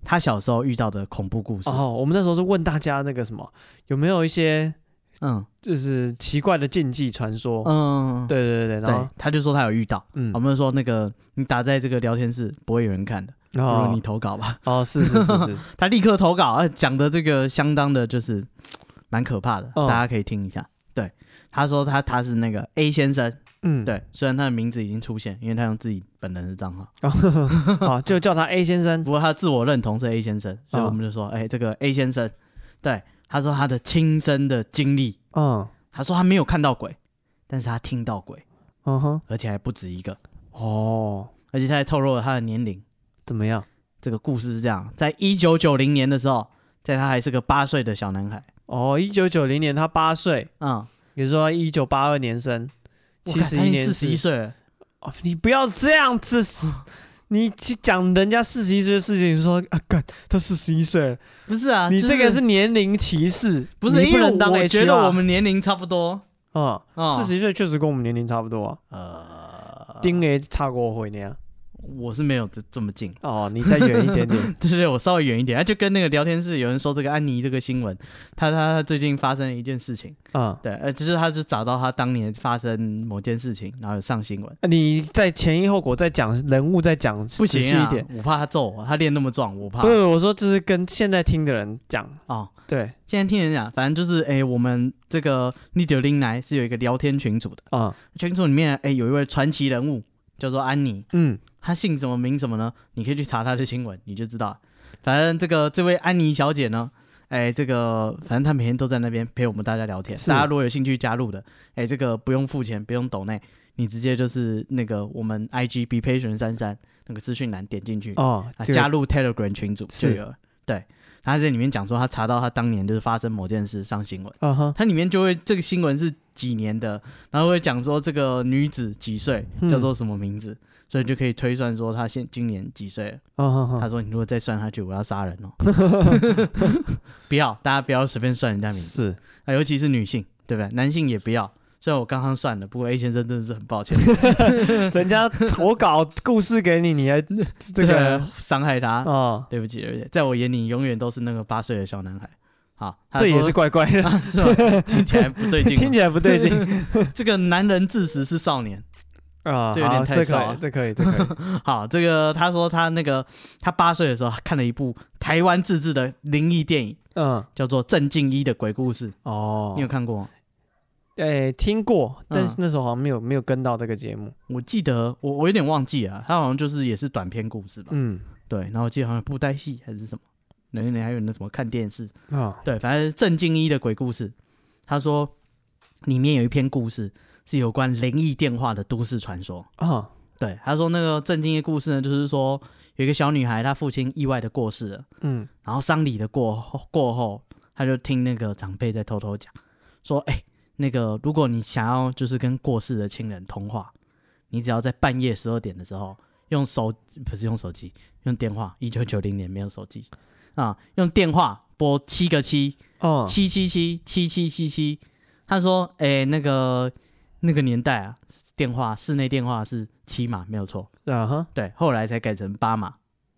[SPEAKER 2] 他小时候遇到的恐怖故事，
[SPEAKER 1] 哦，我们那时候是问大家那个什么，有没有一些
[SPEAKER 2] 嗯
[SPEAKER 1] 就是奇怪的禁忌传说？
[SPEAKER 2] 嗯，
[SPEAKER 1] 哦
[SPEAKER 2] 哦
[SPEAKER 1] 对对对，对然
[SPEAKER 2] 对
[SPEAKER 1] 后，
[SPEAKER 2] 他就说他有遇到。
[SPEAKER 1] 嗯
[SPEAKER 2] 我，们说那个你打在这个聊天室不会有人看的，不如
[SPEAKER 1] 哦
[SPEAKER 2] 你投稿吧。 *laughs*
[SPEAKER 1] 哦，是是是是，
[SPEAKER 2] 他立刻投稿，啊，讲的这个相当的就是蛮可怕的，
[SPEAKER 1] 哦
[SPEAKER 2] 大家可以听一下。对，他说他他是那个 A 先生，
[SPEAKER 1] 嗯，
[SPEAKER 2] *laughs* 对，虽然他的名字已经出现，因为他用自己本人的账号，
[SPEAKER 1] 啊，就叫他 A 先生
[SPEAKER 2] 不过他自我认同是 A 先生，所以
[SPEAKER 1] 哦
[SPEAKER 2] 我们就说，哎、这个 A 先生，对，他说他的亲身的经历，
[SPEAKER 1] 嗯，
[SPEAKER 2] 他说他没有看到鬼，但是他听到鬼，
[SPEAKER 1] 嗯哼，
[SPEAKER 2] 而且还不止一个，
[SPEAKER 1] 哦，
[SPEAKER 2] 而且他还透露了他的年龄。
[SPEAKER 1] 怎么样？
[SPEAKER 2] 这个故事是这样：在一九九零年的时候，在他还是个八岁的小男孩，
[SPEAKER 1] 哦，一九九零年他八岁，
[SPEAKER 2] 嗯，
[SPEAKER 1] 也就是说一九八二年生，七十一年
[SPEAKER 2] 四十一岁了，
[SPEAKER 1] 哦，你不要这样
[SPEAKER 2] *laughs*
[SPEAKER 1] 子，你去讲人家四十一岁的事情，说啊，干他四十一岁了，
[SPEAKER 2] 不是啊？
[SPEAKER 1] 你
[SPEAKER 2] 就
[SPEAKER 1] 这个是年龄歧视，
[SPEAKER 2] 不是？
[SPEAKER 1] 你
[SPEAKER 2] 因
[SPEAKER 1] 不
[SPEAKER 2] 为
[SPEAKER 1] 能当
[SPEAKER 2] 我
[SPEAKER 1] HR
[SPEAKER 2] 觉得我们年龄差不多，
[SPEAKER 1] 啊，
[SPEAKER 2] 哦
[SPEAKER 1] 四十一岁确实跟我们年龄差不多啊，
[SPEAKER 2] 呃，
[SPEAKER 1] 丁爷差过我回那样。
[SPEAKER 2] 我是没有这这么近， *laughs*
[SPEAKER 1] 哦，你再远一点点
[SPEAKER 2] 对对对，我稍微远一点。啊，就跟那个聊天室有人说这个安妮这个新闻，她她她最近发生了一件事情，
[SPEAKER 1] 啊。
[SPEAKER 2] 对，呃，就是她就找到她当年发生某件事情，然后有上新闻。
[SPEAKER 1] 啊你在前因后果再讲人物再讲
[SPEAKER 2] 不
[SPEAKER 1] 仔细
[SPEAKER 2] 行啊
[SPEAKER 1] 一点，，
[SPEAKER 2] 我怕她揍我，她练那么壮，我怕
[SPEAKER 1] 不是我说就是跟现在听的人讲，
[SPEAKER 2] 哦。
[SPEAKER 1] 对，
[SPEAKER 2] 现在听人讲，反正就是哎、诶我们这个 n i d 林来是有一个聊天群组的，
[SPEAKER 1] 啊，
[SPEAKER 2] 群组里面哎、诶有一位传奇人物叫做安妮，
[SPEAKER 1] 嗯，
[SPEAKER 2] 她姓什么名什么呢？你可以去查她的新闻，你就知道了。反正这个这位安妮小姐呢，哎、这个反正她每天都在那边陪我们大家聊天。
[SPEAKER 1] 是
[SPEAKER 2] 大家如果有兴趣加入的，哎、这个不用付钱，不用抖内，你直接就是那个我们 IG B Patient 三三那个资讯栏点进去，
[SPEAKER 1] 哦
[SPEAKER 2] 啊，，
[SPEAKER 1] 这个
[SPEAKER 2] 加入 Telegram 群组就是有了。对，他在里面讲说，他查到他当年就是发生某件事上新闻，
[SPEAKER 1] 嗯哼，
[SPEAKER 2] 他里面就会这个新闻是几年的，然后会讲说这个女子几岁，
[SPEAKER 1] 嗯
[SPEAKER 2] 叫做什么名字，所以就可以推算说她现今年几岁了。
[SPEAKER 1] 嗯哼哼
[SPEAKER 2] 他说你如果再算下去，我要杀 *laughs* 人哦！不要，大家不要随便算人家名字
[SPEAKER 1] 是
[SPEAKER 2] 啊，尤其是女性，对不对？男性也不要。虽然我刚刚算了，不过 A 先生真的是很抱 *laughs* 歉，
[SPEAKER 1] 人家投稿故事给你，你还这个
[SPEAKER 2] 对啊伤害他。
[SPEAKER 1] 哦，
[SPEAKER 2] 对不起，对不起，在我眼里永远都是那个八岁的小男孩。好，他
[SPEAKER 1] 这也
[SPEAKER 2] 说
[SPEAKER 1] 是怪怪的，
[SPEAKER 2] 啊，是
[SPEAKER 1] *laughs*
[SPEAKER 2] 吧？听起来不对劲哦，哦
[SPEAKER 1] 听起来不对劲
[SPEAKER 2] 这个男人自始是少年。
[SPEAKER 1] 啊。
[SPEAKER 2] 这有点
[SPEAKER 1] 好
[SPEAKER 2] 太
[SPEAKER 1] 这
[SPEAKER 2] 少
[SPEAKER 1] 可
[SPEAKER 2] 啊
[SPEAKER 1] 以，这可以，这可以。
[SPEAKER 2] 好，这个他说他那个他八岁的时候看了一部台湾自制的灵异电影，
[SPEAKER 1] 嗯，
[SPEAKER 2] 叫做《郑敬一的鬼故事》，
[SPEAKER 1] 哦
[SPEAKER 2] 你有，看过吗？
[SPEAKER 1] 哎，听过，但
[SPEAKER 2] 嗯
[SPEAKER 1] 是那时候好像没有没有跟到这个节目。
[SPEAKER 2] 我记得我我有点忘记了，啊他好像就是也是短篇故事吧？
[SPEAKER 1] 嗯，
[SPEAKER 2] 对，然后我记得好像有布袋戏还是什么，那那还有那什么看电视，
[SPEAKER 1] 啊，
[SPEAKER 2] 对，反正郑敬一的鬼故事，他说里面有一篇故事是有关灵异电话的都市传说。
[SPEAKER 1] 啊，
[SPEAKER 2] 对，他说那个郑敬一的故事呢，就是说有一个小女孩，她父亲意外的过世了，
[SPEAKER 1] 嗯，
[SPEAKER 2] 然后丧礼的过后过后，她就听那个长辈在偷偷讲，说：“哎、那个如果你想要就是跟过世的亲人通话，你只要在半夜十二点的时候用手不是用手机，用电话，一九九零年没有手机，啊，用电话拨七个七
[SPEAKER 1] 哦，
[SPEAKER 2] 七七七七七七七，他说，哎、那个那个年代啊，电话室内电话是七码，没有错，
[SPEAKER 1] 啊哈，
[SPEAKER 2] 对，后来才改成八码，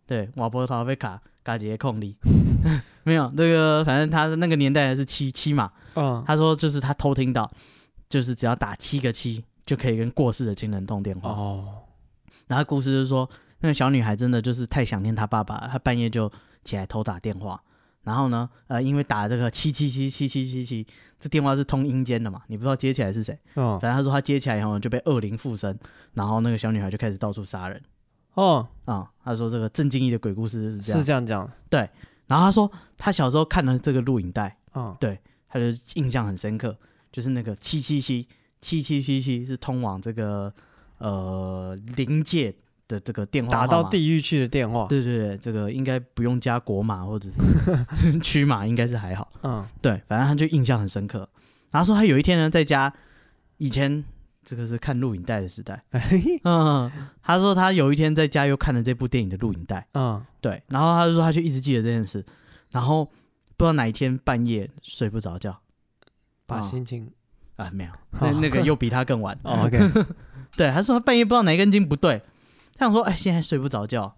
[SPEAKER 2] 对，瓦波塔被卡卡杰控力， *laughs* 没有那个，反正他那个年代是七七码，
[SPEAKER 1] 嗯，
[SPEAKER 2] 他说就是他偷听到，就是只要打七个七就可以跟过世的亲人通电话。
[SPEAKER 1] 哦，
[SPEAKER 2] 然后故事就是说，那个小女孩真的就是太想念她爸爸了，她半夜就起来偷打电话。然后呢，呃，因为打这个七七七七七七七，这电话是通阴间的嘛，你不知道接起来是谁。
[SPEAKER 1] 哦，
[SPEAKER 2] 反正她说她接起来以后就被恶灵附身，然后那个小女孩就开始到处杀人
[SPEAKER 1] 哦，
[SPEAKER 2] 啊、她说这个郑敬义的鬼故事就是这样。
[SPEAKER 1] 是这样讲，
[SPEAKER 2] 然后她说她小时候看了这个录影带，
[SPEAKER 1] 嗯，
[SPEAKER 2] 他就印象很深刻，就是那个七七七七七七七是通往这个呃临界的这个电话
[SPEAKER 1] 打到
[SPEAKER 2] 地，
[SPEAKER 1] 地狱去的电话，
[SPEAKER 2] 对对对，这个应该不用加国码或者是 *laughs* 区码，应该是还好。
[SPEAKER 1] 嗯， *laughs*
[SPEAKER 2] 对，反正他就印象很深刻。然后说他有一天呢，在家，以前这个是看录影带的时代， *laughs* 嗯，他说他有一天在家又看了这部电影的录影带，
[SPEAKER 1] 嗯，
[SPEAKER 2] 对，然后他就说他就一直记得这件事，然后不知道哪一天半夜睡不着觉，
[SPEAKER 1] 把
[SPEAKER 2] 哦
[SPEAKER 1] 心
[SPEAKER 2] *laughs*
[SPEAKER 1] 情
[SPEAKER 2] 啊，
[SPEAKER 1] *laughs*
[SPEAKER 2] 没有，那那个又比他更晚。
[SPEAKER 1] 哦，OK，
[SPEAKER 2] 对，他说他半夜不知道哪根筋不对，他想说，哎，现在睡不着觉，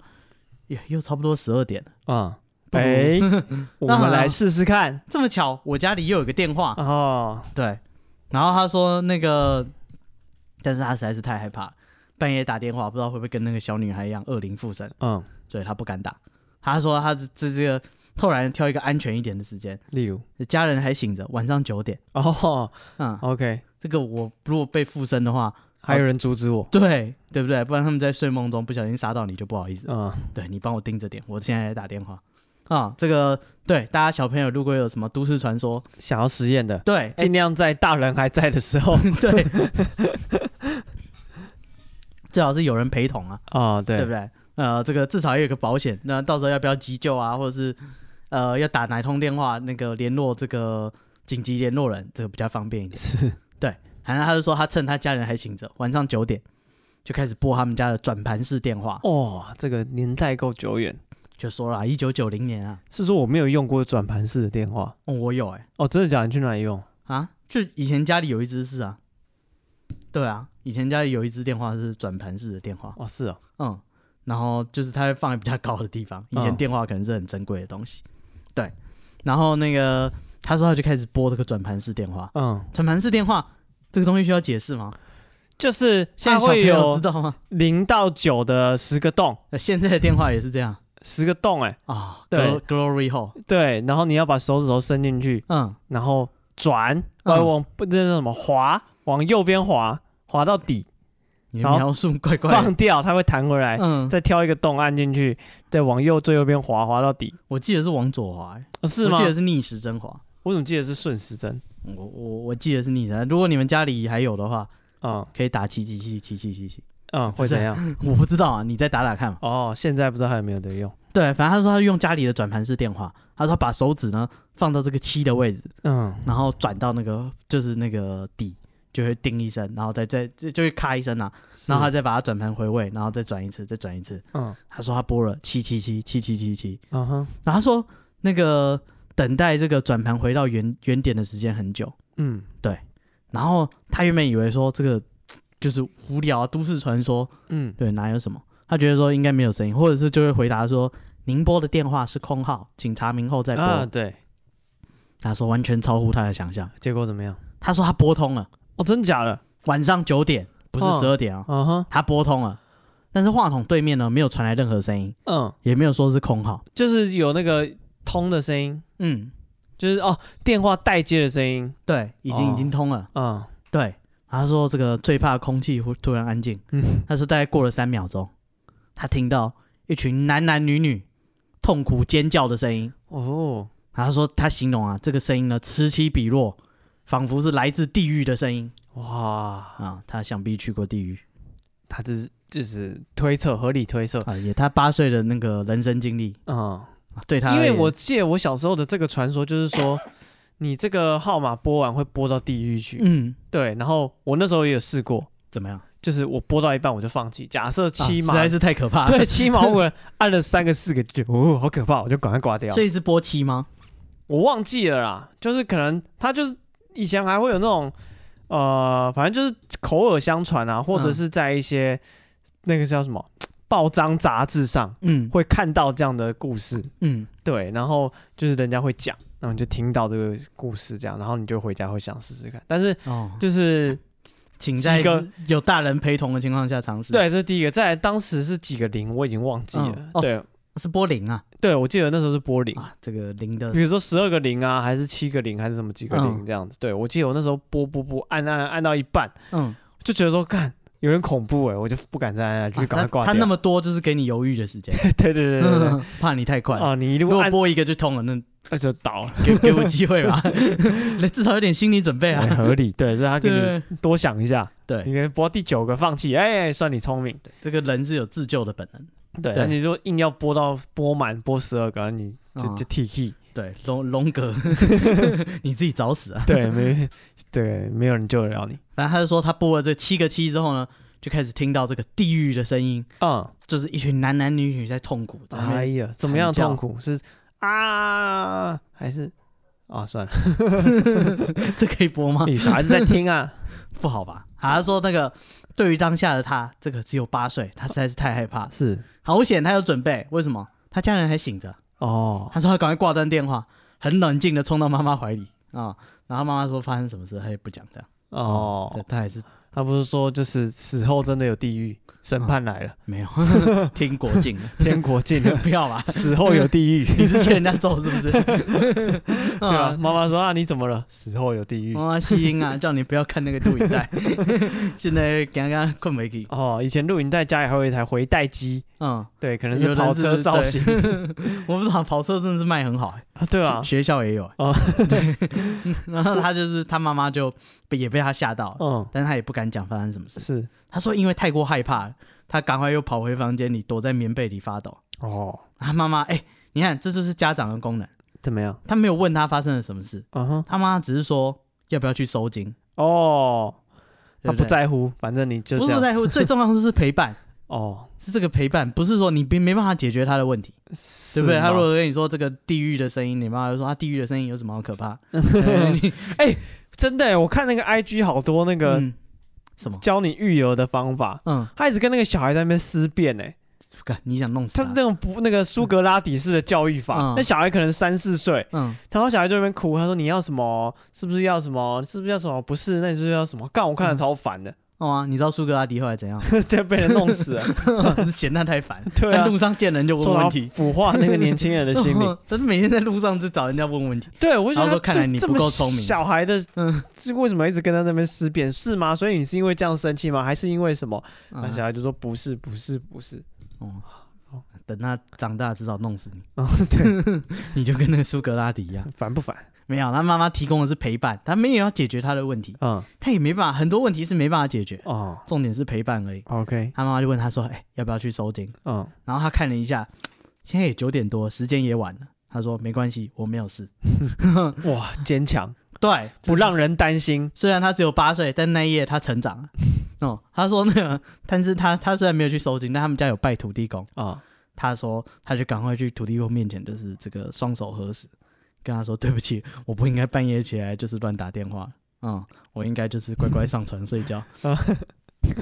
[SPEAKER 2] 也又差不多十二点了。
[SPEAKER 1] 嗯，
[SPEAKER 2] 不如 *laughs*
[SPEAKER 1] 哎，我们来试试看，
[SPEAKER 2] 这么巧，我家里又有个电话，
[SPEAKER 1] 哦，
[SPEAKER 2] 对。然后他说那个，但是他实在是太害怕了，半夜打电话，不知道会不会跟那个小女孩一样恶灵附身，
[SPEAKER 1] 嗯，
[SPEAKER 2] 所以他不敢打。他说他这这这个突然挑一个安全一点的时间，
[SPEAKER 1] 例如，
[SPEAKER 2] 家人还醒着，晚上九点。
[SPEAKER 1] 哦 *laughs*
[SPEAKER 2] 嗯，
[SPEAKER 1] ，OK，
[SPEAKER 2] 这个我如果被附身的话，
[SPEAKER 1] 还有人阻止我，
[SPEAKER 2] 对对不对？不然他们在睡梦中不小心杀到你就不好意思了。
[SPEAKER 1] 嗯，
[SPEAKER 2] 对你帮我盯着点，我现在在打电话啊、这个对大家小朋友如果有什么都市传说，
[SPEAKER 1] 想要实验的，
[SPEAKER 2] 对、
[SPEAKER 1] 尽量在大人还在的时候， *laughs*
[SPEAKER 2] *laughs* 对，最好是有人陪同啊，
[SPEAKER 1] 哦，
[SPEAKER 2] 对
[SPEAKER 1] 对
[SPEAKER 2] 不，对？呃，这个至少也有个保险，那到时候要不要急救啊，或者是呃要打哪通电话，那个联络这个紧急联络人，这个比较方便一点。
[SPEAKER 1] *laughs* 是，
[SPEAKER 2] 反正他就说他趁他家人还醒着，晚上九点就开始拨他们家的转盘式电话，
[SPEAKER 1] 哦，这个年代够久远，
[SPEAKER 2] 就说了一九九零年啊，
[SPEAKER 1] 是说我没有用过转盘式的电话，
[SPEAKER 2] 哦，我有哎、
[SPEAKER 1] 哦，真的假的？你去哪里用？
[SPEAKER 2] 啊，就以前家里有一只是啊，对啊，以前家里有一只电话是转盘式的电话，
[SPEAKER 1] 哦，是哦，
[SPEAKER 2] 嗯，然后就是它会放在比较高的地方，以前
[SPEAKER 1] 嗯
[SPEAKER 2] 电话可能是很珍贵的东西，对，然后那个他说他就开始拨这个转盘式电话，
[SPEAKER 1] 嗯，
[SPEAKER 2] 转盘式电话这个东西需要解释吗？
[SPEAKER 1] 就是
[SPEAKER 2] 现在
[SPEAKER 1] 它
[SPEAKER 2] 小朋
[SPEAKER 1] 会
[SPEAKER 2] 友知
[SPEAKER 1] 有
[SPEAKER 2] 道吗？
[SPEAKER 1] 零到九的十个洞，
[SPEAKER 2] 呃现在的电话也是这样
[SPEAKER 1] 十个洞，哎，
[SPEAKER 2] 啊，
[SPEAKER 1] *laughs* 对
[SPEAKER 2] Glo-，Glory Hole，
[SPEAKER 1] 对，然后你要把手指头伸进去，
[SPEAKER 2] 嗯，
[SPEAKER 1] 然后转，
[SPEAKER 2] 嗯
[SPEAKER 1] 呃，往不这叫什么滑，往右边滑，滑到底，
[SPEAKER 2] 你的
[SPEAKER 1] 然后
[SPEAKER 2] 描述怪怪的，
[SPEAKER 1] 放掉，它会弹回来，
[SPEAKER 2] 嗯，
[SPEAKER 1] 再挑一个洞按进去，再往右最右边滑，滑到底，
[SPEAKER 2] 我记得是往左滑、欸，
[SPEAKER 1] 哦是
[SPEAKER 2] 我
[SPEAKER 1] 吗
[SPEAKER 2] 记？得是逆时针滑。
[SPEAKER 1] 我怎么记得是顺时针？
[SPEAKER 2] 我我我记得是逆时针，如果你们家里还有的话，
[SPEAKER 1] 嗯
[SPEAKER 2] 可以打七七七七七七七，
[SPEAKER 1] 嗯，会
[SPEAKER 2] 不是啊
[SPEAKER 1] 怎样？
[SPEAKER 2] 我不知道啊，你再打打看嘛。
[SPEAKER 1] 哦，现在不知道还有没有得
[SPEAKER 2] *laughs*
[SPEAKER 1] 用。
[SPEAKER 2] 对，反正他说他用家里的转盘式电话，他说他把手指呢放到这个七的位置，
[SPEAKER 1] 嗯，
[SPEAKER 2] 然后转到那个就是那个底，就会叮一声，然后再再就就会咔一声啊，
[SPEAKER 1] 是
[SPEAKER 2] 然后他再把它转盘回位，然后再转一次，再转一次。
[SPEAKER 1] 嗯
[SPEAKER 2] 他说他拨了七七七七七七七，
[SPEAKER 1] 嗯哼，
[SPEAKER 2] 然后他说那个等待这个转盘回到原原点的时间很久，
[SPEAKER 1] 嗯
[SPEAKER 2] 然后他原本以为说这个就是无聊、啊、都市传说，
[SPEAKER 1] 嗯，
[SPEAKER 2] 对，哪有什么？他觉得说应该没有声音，或者是就会回答说您拨的电话是空号，请查明后再拨。
[SPEAKER 1] 啊对，
[SPEAKER 2] 他说完全超乎他的想象。
[SPEAKER 1] 结果怎么样？
[SPEAKER 2] 他说他拨通了，
[SPEAKER 1] 哦，真假的？
[SPEAKER 2] 晚上九点，不是
[SPEAKER 1] 哦
[SPEAKER 2] 十二点啊、
[SPEAKER 1] 嗯哼，
[SPEAKER 2] 他拨通了，但是话筒对面呢没有传来任何声音，
[SPEAKER 1] 嗯，
[SPEAKER 2] 也没有说是空号。
[SPEAKER 1] 就是有那个通的声音，
[SPEAKER 2] 嗯，
[SPEAKER 1] 就是哦电话待接的声音。
[SPEAKER 2] 对，已经、
[SPEAKER 1] 哦
[SPEAKER 2] 已经通了。
[SPEAKER 1] 嗯
[SPEAKER 2] 对，他说这个最怕空气忽突然安静。
[SPEAKER 1] 嗯，
[SPEAKER 2] 他是大概过了三秒钟，他听到一群男男女女痛苦尖叫的声音。
[SPEAKER 1] 哦，
[SPEAKER 2] 然后他说他形容啊，这个声音呢此起彼落，仿佛是来自地狱的声音
[SPEAKER 1] 哇，
[SPEAKER 2] 啊。他想必去过地狱
[SPEAKER 1] 他这是就是推测，合理推测。
[SPEAKER 2] 啊，也他八岁的那个人生经历
[SPEAKER 1] 嗯，
[SPEAKER 2] 啊对他而
[SPEAKER 1] 因
[SPEAKER 2] 言，
[SPEAKER 1] 为我记得我小时候的这个传说就是
[SPEAKER 2] *laughs*
[SPEAKER 1] 说。你这个号码拨完会拨到地狱去，
[SPEAKER 2] 嗯
[SPEAKER 1] 对。然后我那时候也有试过，
[SPEAKER 2] 怎么样？
[SPEAKER 1] 就是我播到一半我就放弃。假设
[SPEAKER 2] 啊
[SPEAKER 1] 七
[SPEAKER 2] 实
[SPEAKER 1] 毛，
[SPEAKER 2] 在是太可怕
[SPEAKER 1] *laughs*
[SPEAKER 2] 了。
[SPEAKER 1] 对，七毛五人按了三个四个就觉得哦，好可怕，我就赶快挂掉
[SPEAKER 2] 所。以是播七吗？
[SPEAKER 1] 我忘记了啦，就是可能他就是以前还会有那种呃，反正就是口耳相传啊，或者
[SPEAKER 2] 嗯
[SPEAKER 1] 是在一些、那个叫什么报章杂志上
[SPEAKER 2] 嗯
[SPEAKER 1] 会看到这样的故事，
[SPEAKER 2] 嗯，
[SPEAKER 1] 对，然后就是人家会讲，然后你就听到这个故事这样，然后你就回家会想试试看，但是
[SPEAKER 2] 哦， *laughs*
[SPEAKER 1] 就是
[SPEAKER 2] 请在
[SPEAKER 1] 几个
[SPEAKER 2] 有大人陪同的情况下尝试。，啊
[SPEAKER 1] 对，这是第一个。再来，当时是几个零，我已经忘记了。
[SPEAKER 2] 嗯哦
[SPEAKER 1] 对
[SPEAKER 2] 是播零啊
[SPEAKER 1] 对，我记得那时候是波零，
[SPEAKER 2] 啊，这个零的
[SPEAKER 1] 比如说十二个零啊，还是七个零，还是什么几个零这样子。对我记得我那时候拨拨拨，按按按到一半，
[SPEAKER 2] 嗯，
[SPEAKER 1] 就觉得说干有点恐怖哎、我就不敢再按下去，
[SPEAKER 2] 啊
[SPEAKER 1] 赶快
[SPEAKER 2] 他
[SPEAKER 1] 挂
[SPEAKER 2] 他
[SPEAKER 1] 掉。
[SPEAKER 2] 那么多就是给你犹豫的时间，
[SPEAKER 1] *laughs* 对对对对对对。
[SPEAKER 2] *laughs* 怕你太快。
[SPEAKER 1] 啊！你一
[SPEAKER 2] 哦如
[SPEAKER 1] 路
[SPEAKER 2] 果
[SPEAKER 1] 按
[SPEAKER 2] 播一个就通了，那
[SPEAKER 1] 那就倒了，
[SPEAKER 2] 给给我机会 *laughs* 吧，至少有点心理准备
[SPEAKER 1] 很
[SPEAKER 2] 啊。
[SPEAKER 1] 合理。对，所以他给你
[SPEAKER 2] 对
[SPEAKER 1] 多想一下，你
[SPEAKER 2] 对，
[SPEAKER 1] 可以拨第九个放弃，哎，算你聪明。
[SPEAKER 2] 这个人是有自救的本能。
[SPEAKER 1] 对，
[SPEAKER 2] 对
[SPEAKER 1] 那你就硬要拨到拨满拨十二个，你就
[SPEAKER 2] 啊
[SPEAKER 1] 就 T *laughs* K。
[SPEAKER 2] 对，龙
[SPEAKER 1] *laughs*
[SPEAKER 2] 龙哥， *laughs* 你自己找死啊！
[SPEAKER 1] 对，没对，没有人救得了你。
[SPEAKER 2] 反正他就说他播了这七个七之后呢，就开始听到这个地狱的声音，
[SPEAKER 1] 嗯，
[SPEAKER 2] 就是一群男男女女在痛苦。在那
[SPEAKER 1] 哎
[SPEAKER 2] 边
[SPEAKER 1] 呀，怎么样
[SPEAKER 2] 惨叫
[SPEAKER 1] 痛苦？是啊，还是啊？算了，
[SPEAKER 2] *laughs* 这可以播吗？
[SPEAKER 1] *laughs* 你小孩子在听啊。
[SPEAKER 2] 不好吧？啊，他说那个对于当下的他，这个只有八岁，他实在是太害怕了。
[SPEAKER 1] *laughs* 是
[SPEAKER 2] 好险他有准备，为什么？他家人还醒着。
[SPEAKER 1] 哦，
[SPEAKER 2] 他说他赶快挂断电话，很冷静的冲到妈妈怀里啊、然后妈妈说发生什么事，他也不讲的。
[SPEAKER 1] 哦，
[SPEAKER 2] 他还是
[SPEAKER 1] 他不是说就是死后真的有地狱，审判来了，
[SPEAKER 2] 没有 *laughs* 听国境了，，
[SPEAKER 1] 天国近了 *laughs*
[SPEAKER 2] *laughs* 不要啦，
[SPEAKER 1] 死后有地狱，
[SPEAKER 2] 你是欠人家揍是不
[SPEAKER 1] *laughs*
[SPEAKER 2] 是？
[SPEAKER 1] 对吧？妈妈说啊，你怎么了？死后有地狱
[SPEAKER 2] 妈。妈吸音啊，叫你不要看那个录影带。 *laughs* 现在刚刚困没去，
[SPEAKER 1] 哦，以前录影带家里还有一台回带机，
[SPEAKER 2] 嗯，
[SPEAKER 1] 对，可能
[SPEAKER 2] 有
[SPEAKER 1] 是
[SPEAKER 2] 人
[SPEAKER 1] 跑
[SPEAKER 2] 是
[SPEAKER 1] 车造 *laughs*
[SPEAKER 2] 对
[SPEAKER 1] 型，
[SPEAKER 2] 我不知道跑车真的是卖很好、欸，
[SPEAKER 1] 啊对啊，
[SPEAKER 2] 学学校也有、欸，
[SPEAKER 1] 哦
[SPEAKER 2] *laughs* 对。 *laughs* 然后他就是他妈妈就被也被他吓到了，
[SPEAKER 1] 嗯，
[SPEAKER 2] 但是他也不敢讲发生什么事。
[SPEAKER 1] 是
[SPEAKER 2] 他说因为太过害怕了，他赶快又跑回房间里，躲在棉被里发抖。
[SPEAKER 1] 哦，
[SPEAKER 2] 他妈妈，哎、你看，这就是家长的功能。
[SPEAKER 1] 怎么样？
[SPEAKER 2] 他没有问他发生了什么事，
[SPEAKER 1] 嗯哼，
[SPEAKER 2] 他妈只是说要不要去收金，
[SPEAKER 1] 哦，他
[SPEAKER 2] 对
[SPEAKER 1] 不
[SPEAKER 2] 对
[SPEAKER 1] 在乎，反正你就
[SPEAKER 2] 不
[SPEAKER 1] 这
[SPEAKER 2] 是
[SPEAKER 1] 样，
[SPEAKER 2] 不在乎，最重要的是陪伴， *laughs*
[SPEAKER 1] 哦，
[SPEAKER 2] 是这个陪伴，不是说你没没办法解决他的问题，对
[SPEAKER 1] 对
[SPEAKER 2] 不对？他如果跟你说这个地狱的声音，你妈妈就说啊，地狱的声音有什么好可怕？对
[SPEAKER 1] *laughs*
[SPEAKER 2] 你
[SPEAKER 1] 哎真的耶，我看那个 IG 好多那个
[SPEAKER 2] 嗯什么？
[SPEAKER 1] 教你育儿的方法，
[SPEAKER 2] 嗯，
[SPEAKER 1] 他一直跟那个小孩在那边思辨哎，
[SPEAKER 2] 干你想弄死
[SPEAKER 1] 他
[SPEAKER 2] 他
[SPEAKER 1] 这？种不那个苏格拉底式的教育法
[SPEAKER 2] 嗯，
[SPEAKER 1] 那小孩可能三四岁，
[SPEAKER 2] 嗯，
[SPEAKER 1] 然后小孩就在那边哭，他说你要什么？是不是要什么？是不是要什么？不是，那你是要什么？干我看了超烦的， *laughs*
[SPEAKER 2] 哦啊，你知道苏格拉底后来怎样？
[SPEAKER 1] 对，被人弄 *laughs* 死了，
[SPEAKER 2] 嫌他太烦，
[SPEAKER 1] 对啊
[SPEAKER 2] 在路上见人就问
[SPEAKER 1] 说然
[SPEAKER 2] 问
[SPEAKER 1] 后
[SPEAKER 2] 题。
[SPEAKER 1] 腐化那个年轻人的心 *laughs* 理。
[SPEAKER 2] *laughs* 他是每天在路上就找人家问问题。
[SPEAKER 1] 对，我就觉
[SPEAKER 2] 然后
[SPEAKER 1] 得
[SPEAKER 2] 说看来
[SPEAKER 1] 就
[SPEAKER 2] 你
[SPEAKER 1] 这
[SPEAKER 2] 不
[SPEAKER 1] 么
[SPEAKER 2] 够聪明
[SPEAKER 1] 小孩的，
[SPEAKER 2] 嗯，
[SPEAKER 1] 是为什么一直跟他那边思辨？是吗？所以你是因为这样生气吗？还是因为什么？那小
[SPEAKER 2] 啊
[SPEAKER 1] 孩就说不是，不是，不是。
[SPEAKER 2] 哦
[SPEAKER 1] 哦，
[SPEAKER 2] 等他长大，至少弄死你，
[SPEAKER 1] 哦，对，
[SPEAKER 2] *laughs* 你就跟那个苏格拉底一样。
[SPEAKER 1] 烦不烦？
[SPEAKER 2] 没有，他妈妈提供的是陪伴，他没有要解决他的问题，
[SPEAKER 1] 嗯，
[SPEAKER 2] 他也没办法，很多问题是没办法解决，
[SPEAKER 1] 哦
[SPEAKER 2] 重点是陪伴而已。
[SPEAKER 1] ，OK，
[SPEAKER 2] 他妈妈就问他说：“哎、要不要去收金
[SPEAKER 1] 嗯。？”
[SPEAKER 2] 然后他看了一下，嗯现在也九点多，时间也晚了。他说：“没关系，我没有事。嗯
[SPEAKER 1] 哇，坚
[SPEAKER 2] *laughs*
[SPEAKER 1] 强，”
[SPEAKER 2] 对，
[SPEAKER 1] 不让人担心。
[SPEAKER 2] 虽然他只有八岁，但那一夜他成长了。哦，他说那个，但是他他虽然没有去收金，但他们家有拜土地公。
[SPEAKER 1] 啊、
[SPEAKER 2] 他说他就赶快去土地公面前，就是这个双手合十，跟他说对不起， *laughs* 我不应该半夜起来就是乱打电话，嗯，我应该就是乖乖上床睡
[SPEAKER 1] *laughs*
[SPEAKER 2] 觉。 *laughs*
[SPEAKER 1] 啊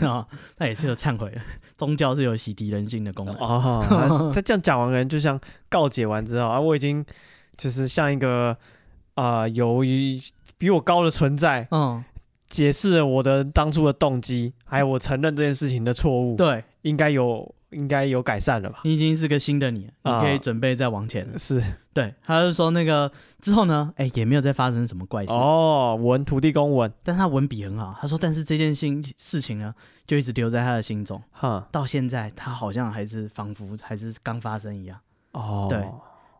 [SPEAKER 2] 啊，那也是有忏悔的， *laughs* 宗教是有洗涤人性的功能。
[SPEAKER 1] 哦，
[SPEAKER 2] *laughs*
[SPEAKER 1] 他他这样讲完，人就像告解完之后啊，我已经就是像一个啊、呃有于比我高的存在，
[SPEAKER 2] 嗯，
[SPEAKER 1] 解释了我的当初的动机，还有我承认这件事情的错误，
[SPEAKER 2] 对
[SPEAKER 1] 应该有应该有改善了吧？
[SPEAKER 2] 你已经是个新的你了，你可以
[SPEAKER 1] 啊
[SPEAKER 2] 准备再往前了。
[SPEAKER 1] 是
[SPEAKER 2] 对，他就说那个之后呢，哎、也没有再发生什么怪事。
[SPEAKER 1] 哦，文土地公文，
[SPEAKER 2] 但是他文笔很好，他说，但是这件心事情呢，就一直留在他的心中，
[SPEAKER 1] 哈
[SPEAKER 2] 到现在他好像还是仿佛还是刚发生一样。
[SPEAKER 1] 哦，
[SPEAKER 2] 对，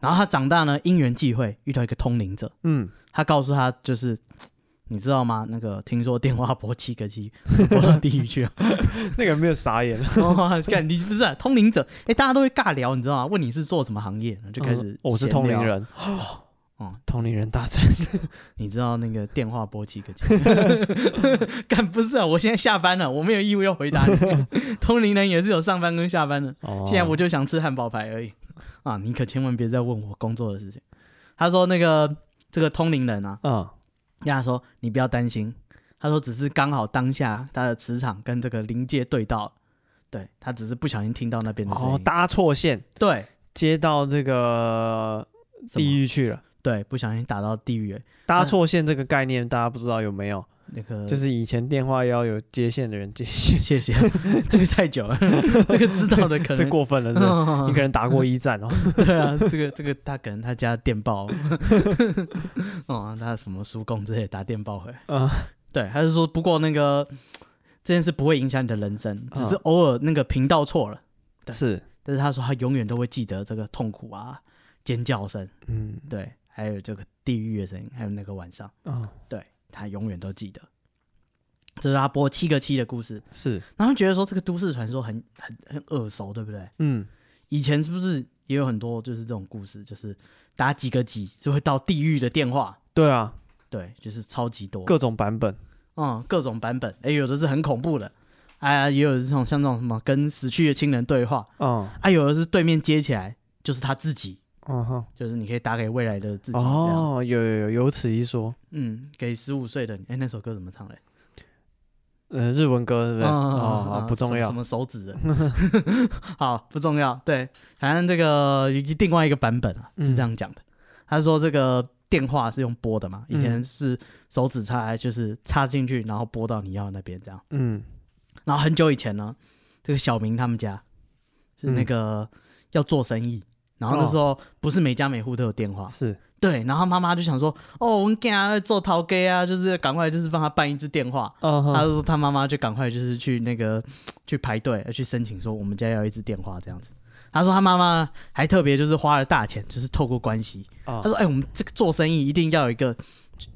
[SPEAKER 2] 然后他长大呢，因缘际会遇到一个通灵者，
[SPEAKER 1] 嗯，
[SPEAKER 2] 他告诉他就是。你知道吗？那个听说电话拨七个七，拨到地狱去了。
[SPEAKER 1] 那个有没有傻眼了，
[SPEAKER 2] 哇看你不是啊、
[SPEAKER 1] *laughs*
[SPEAKER 2] 通灵者，哎、大家都会尬聊，你知道吗？问你是做什么行业，就开始、
[SPEAKER 1] *gasps* 哦我是通灵，人，
[SPEAKER 2] 哦，
[SPEAKER 1] 同龄人大战，
[SPEAKER 2] 你知道那个电话拨几个几？ *laughs* 干不是啊，我现在下班了，我没有义务要回答你。通灵人也是有上班跟下班的，
[SPEAKER 1] 哦
[SPEAKER 2] 现在我就想吃汉堡排而已。啊，你可千万别再问我工作的事情。他说那个这个通灵人啊，
[SPEAKER 1] 啊
[SPEAKER 2] 跟他说你不要担心，他说只是刚好当下他的磁场跟这个灵界对到了，对他只是不小心听到那边的声音。
[SPEAKER 1] 哦搭错线，
[SPEAKER 2] 对
[SPEAKER 1] 接到这个地
[SPEAKER 2] 狱
[SPEAKER 1] 狱去了。
[SPEAKER 2] 对，不小心打到地狱了
[SPEAKER 1] 搭错线这个概念，大家不知道有没有？
[SPEAKER 2] 那个
[SPEAKER 1] 就是以前电话要有接线的人接线，
[SPEAKER 2] 谢谢，这个
[SPEAKER 1] *laughs*
[SPEAKER 2] 太久了，这个知道的 *laughs* 可
[SPEAKER 1] 这
[SPEAKER 2] 能。嗯
[SPEAKER 1] 过分了是 *laughs* 不是，你可能打过一战哦。
[SPEAKER 2] 对啊，这个这个他可能他家电报， *laughs* 哦，他什么叔公之类打电报回来，
[SPEAKER 1] 嗯
[SPEAKER 2] 对，他就说不过那个这件事不会影响你的人生，只是
[SPEAKER 1] 嗯
[SPEAKER 2] 偶尔那个频道错了， *laughs* 对
[SPEAKER 1] 是，
[SPEAKER 2] 但是他说他永远都会记得这个痛苦啊、尖叫声，
[SPEAKER 1] 嗯
[SPEAKER 2] 对，还有这个地狱的声音，还有那个晚上，
[SPEAKER 1] 啊
[SPEAKER 2] 对他永远都记得。这是他播七个七的故事，
[SPEAKER 1] 是，
[SPEAKER 2] 然后觉得说这个都市传说很很很耳熟，对不对？
[SPEAKER 1] 嗯
[SPEAKER 2] 以前是不是也有很多就是这种故事，就是打几个几就会到地狱的电话，
[SPEAKER 1] 对啊，
[SPEAKER 2] 对，就是超级多，
[SPEAKER 1] 各种版本，
[SPEAKER 2] 嗯，各种版本，哎，有的是很恐怖的，哎、呀，也有的是这种像这种什么跟死去的亲人对话，
[SPEAKER 1] 嗯
[SPEAKER 2] 啊，有的是对面接起来就是他自己，
[SPEAKER 1] 嗯哼，
[SPEAKER 2] 就是你可以打给未来的自己，哦，
[SPEAKER 1] 哦，有有有有此一说，
[SPEAKER 2] 嗯，给十五岁的你，哎，那首歌怎么唱嘞？
[SPEAKER 1] 呃，日文歌是不是？哦，
[SPEAKER 2] 嗯
[SPEAKER 1] 不重
[SPEAKER 2] 什
[SPEAKER 1] 要，
[SPEAKER 2] 么什么手指的， *laughs* 好，不重要。对，反正这个另外一个版本啊
[SPEAKER 1] 嗯
[SPEAKER 2] 是这样讲的，他说这个电话是用拨的嘛，
[SPEAKER 1] 嗯
[SPEAKER 2] 以前是手指插，就是插进去，然后拨到你要的那边这样。
[SPEAKER 1] 嗯
[SPEAKER 2] 然后很久以前呢，这个小明他们家
[SPEAKER 1] 嗯
[SPEAKER 2] 是那个要做生意。然后那时候不是每家每户都有电话，
[SPEAKER 1] 是，
[SPEAKER 2] 对。然后妈妈就想说，哦，我们给他做陶给啊，就是赶快就是帮他办一支电话。
[SPEAKER 1] 嗯
[SPEAKER 2] 他
[SPEAKER 1] 哼，
[SPEAKER 2] 就说他妈妈就赶快就是去那个去排队呃去申请说我们家要一支电话这样子。他说他妈妈还特别就是花了大钱，就是透过关系。
[SPEAKER 1] 他
[SPEAKER 2] 他说：“哎、我们这个做生意一定要有一个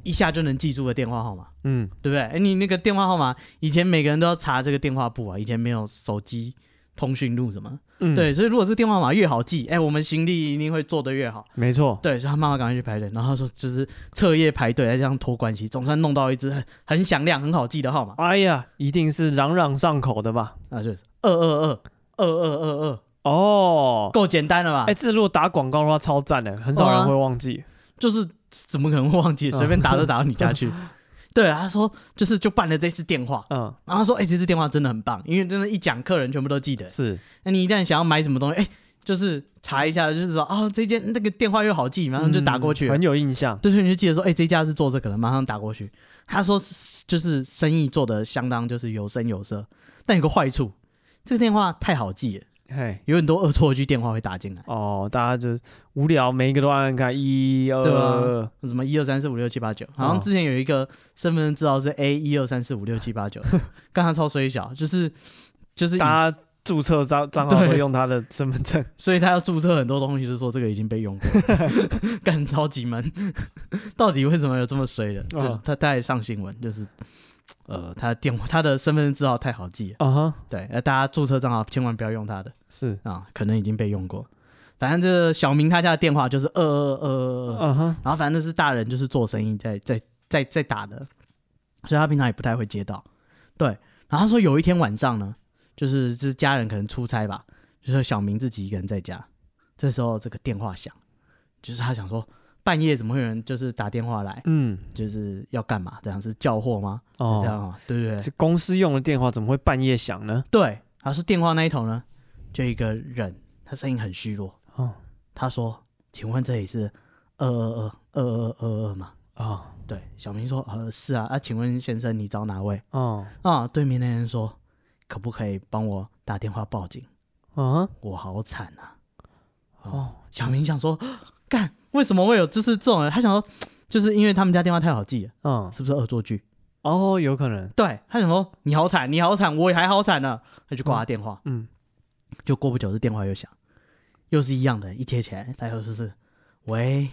[SPEAKER 2] 一下就能记住的电话号码，
[SPEAKER 1] 嗯
[SPEAKER 2] 对不对？哎、你那个电话号码以前每个人都要查这个电话簿啊，以前没有手机通讯录什么，
[SPEAKER 1] 嗯，
[SPEAKER 2] 对，，所以如果这电话号码越好记，哎、我们行李一定会做得越好。
[SPEAKER 1] 没错，
[SPEAKER 2] 对，所以他妈妈赶快去排队，然后他说就是彻夜排队，再这样托关系，总算弄到一支很很响亮、很好记的号码。
[SPEAKER 1] 哎呀，一定是朗朗上口的吧？
[SPEAKER 2] 啊，就是二二二二二二二，
[SPEAKER 1] 哦，
[SPEAKER 2] 够简单了吧？
[SPEAKER 1] 哎，这如果打广告的话超赞的，很少
[SPEAKER 2] 哦啊
[SPEAKER 1] 人会忘记，
[SPEAKER 2] 就是怎么可能会忘记？
[SPEAKER 1] 嗯
[SPEAKER 2] 随便打都打到你家去。 *laughs* 对啊，他说就是就办了这次电话，
[SPEAKER 1] 嗯，
[SPEAKER 2] 然后他说哎、这次电话真的很棒，因为真的，一讲客人全部都记得。
[SPEAKER 1] 是，
[SPEAKER 2] 那你一旦想要买什么东西，哎、就是查一下，就是说哦，这间那个电话又好记，马上就打过去
[SPEAKER 1] 嗯
[SPEAKER 2] 了。
[SPEAKER 1] 很有印象，
[SPEAKER 2] 对，所以你就记得说，哎、这家是做这个的，马上打过去。他说是就是生意做的相当就是有声有色，但有个坏处，这个电话太好记了，
[SPEAKER 1] 嘿。
[SPEAKER 2] 有很多恶作剧电话会打进来。
[SPEAKER 1] 哦，大家就无聊，每一个都按按看，一、
[SPEAKER 2] 对
[SPEAKER 1] 二
[SPEAKER 2] 啊，什么一二三四五六七八九，好像
[SPEAKER 1] 哦
[SPEAKER 2] 之前有一个身份证字号是 A 一二三四五六七
[SPEAKER 1] *laughs*
[SPEAKER 2] 八九，刚才超水小，就是就是以
[SPEAKER 1] 大家注册账账号都
[SPEAKER 2] 对
[SPEAKER 1] 用他的身份
[SPEAKER 2] *laughs*
[SPEAKER 1] 证，
[SPEAKER 2] 所以他要注册很多东西，就说这个已经被用过了，
[SPEAKER 1] *laughs*
[SPEAKER 2] 干超级闷。到底为什么有这么衰的？就是
[SPEAKER 1] 嗯
[SPEAKER 2] 他他还上新闻，就是呃，他的电话他的身份证字号太好记了，
[SPEAKER 1] 啊哈，
[SPEAKER 2] 对，呃，大家注册账号千万不要用他的
[SPEAKER 1] 是，
[SPEAKER 2] 啊，可能已经被用过。反正这个小明他家的电话就是二二二二二，
[SPEAKER 1] 啊哈，
[SPEAKER 2] 然后反正那是大人就是做生意在在在在打的，所以他平常也不太会接到。对，然后他说有一天晚上呢，就是就是家人可能出差吧，就是小明自己一个人在家，这时候这个电话响，就是他想说半夜怎么会有人就是打电话来，
[SPEAKER 1] 嗯，
[SPEAKER 2] 就是要干嘛？这样是叫货吗？是这
[SPEAKER 1] 哦，
[SPEAKER 2] 样啊，对不对？
[SPEAKER 1] 这公司用的电话怎么会半夜响呢？
[SPEAKER 2] 对，他说电话那一头呢，就一个人，他声音很虚弱，
[SPEAKER 1] 哦，
[SPEAKER 2] 他说：“请问这里是二二二二二二二吗？”
[SPEAKER 1] 哦，
[SPEAKER 2] 对，小明说：“呃，是啊，啊，请问先生，你找哪位
[SPEAKER 1] 哦，？”
[SPEAKER 2] 啊，对面那人说：“可不可以帮我打电话报警？
[SPEAKER 1] 啊，
[SPEAKER 2] 我好惨啊
[SPEAKER 1] 哦，！”
[SPEAKER 2] 小明想说：“干，为什么会有就是这种人？”他想说，就是因为他们家电话太好记了，
[SPEAKER 1] 嗯，
[SPEAKER 2] 是不是恶作剧？
[SPEAKER 1] 哦，有可能，
[SPEAKER 2] 对他想说：“你好惨，你好惨，我也还好惨呢。”他就挂他电话，
[SPEAKER 1] 嗯，
[SPEAKER 2] 就过不久，这电话又响，又是一样的，一接起来，他又说是：“喂，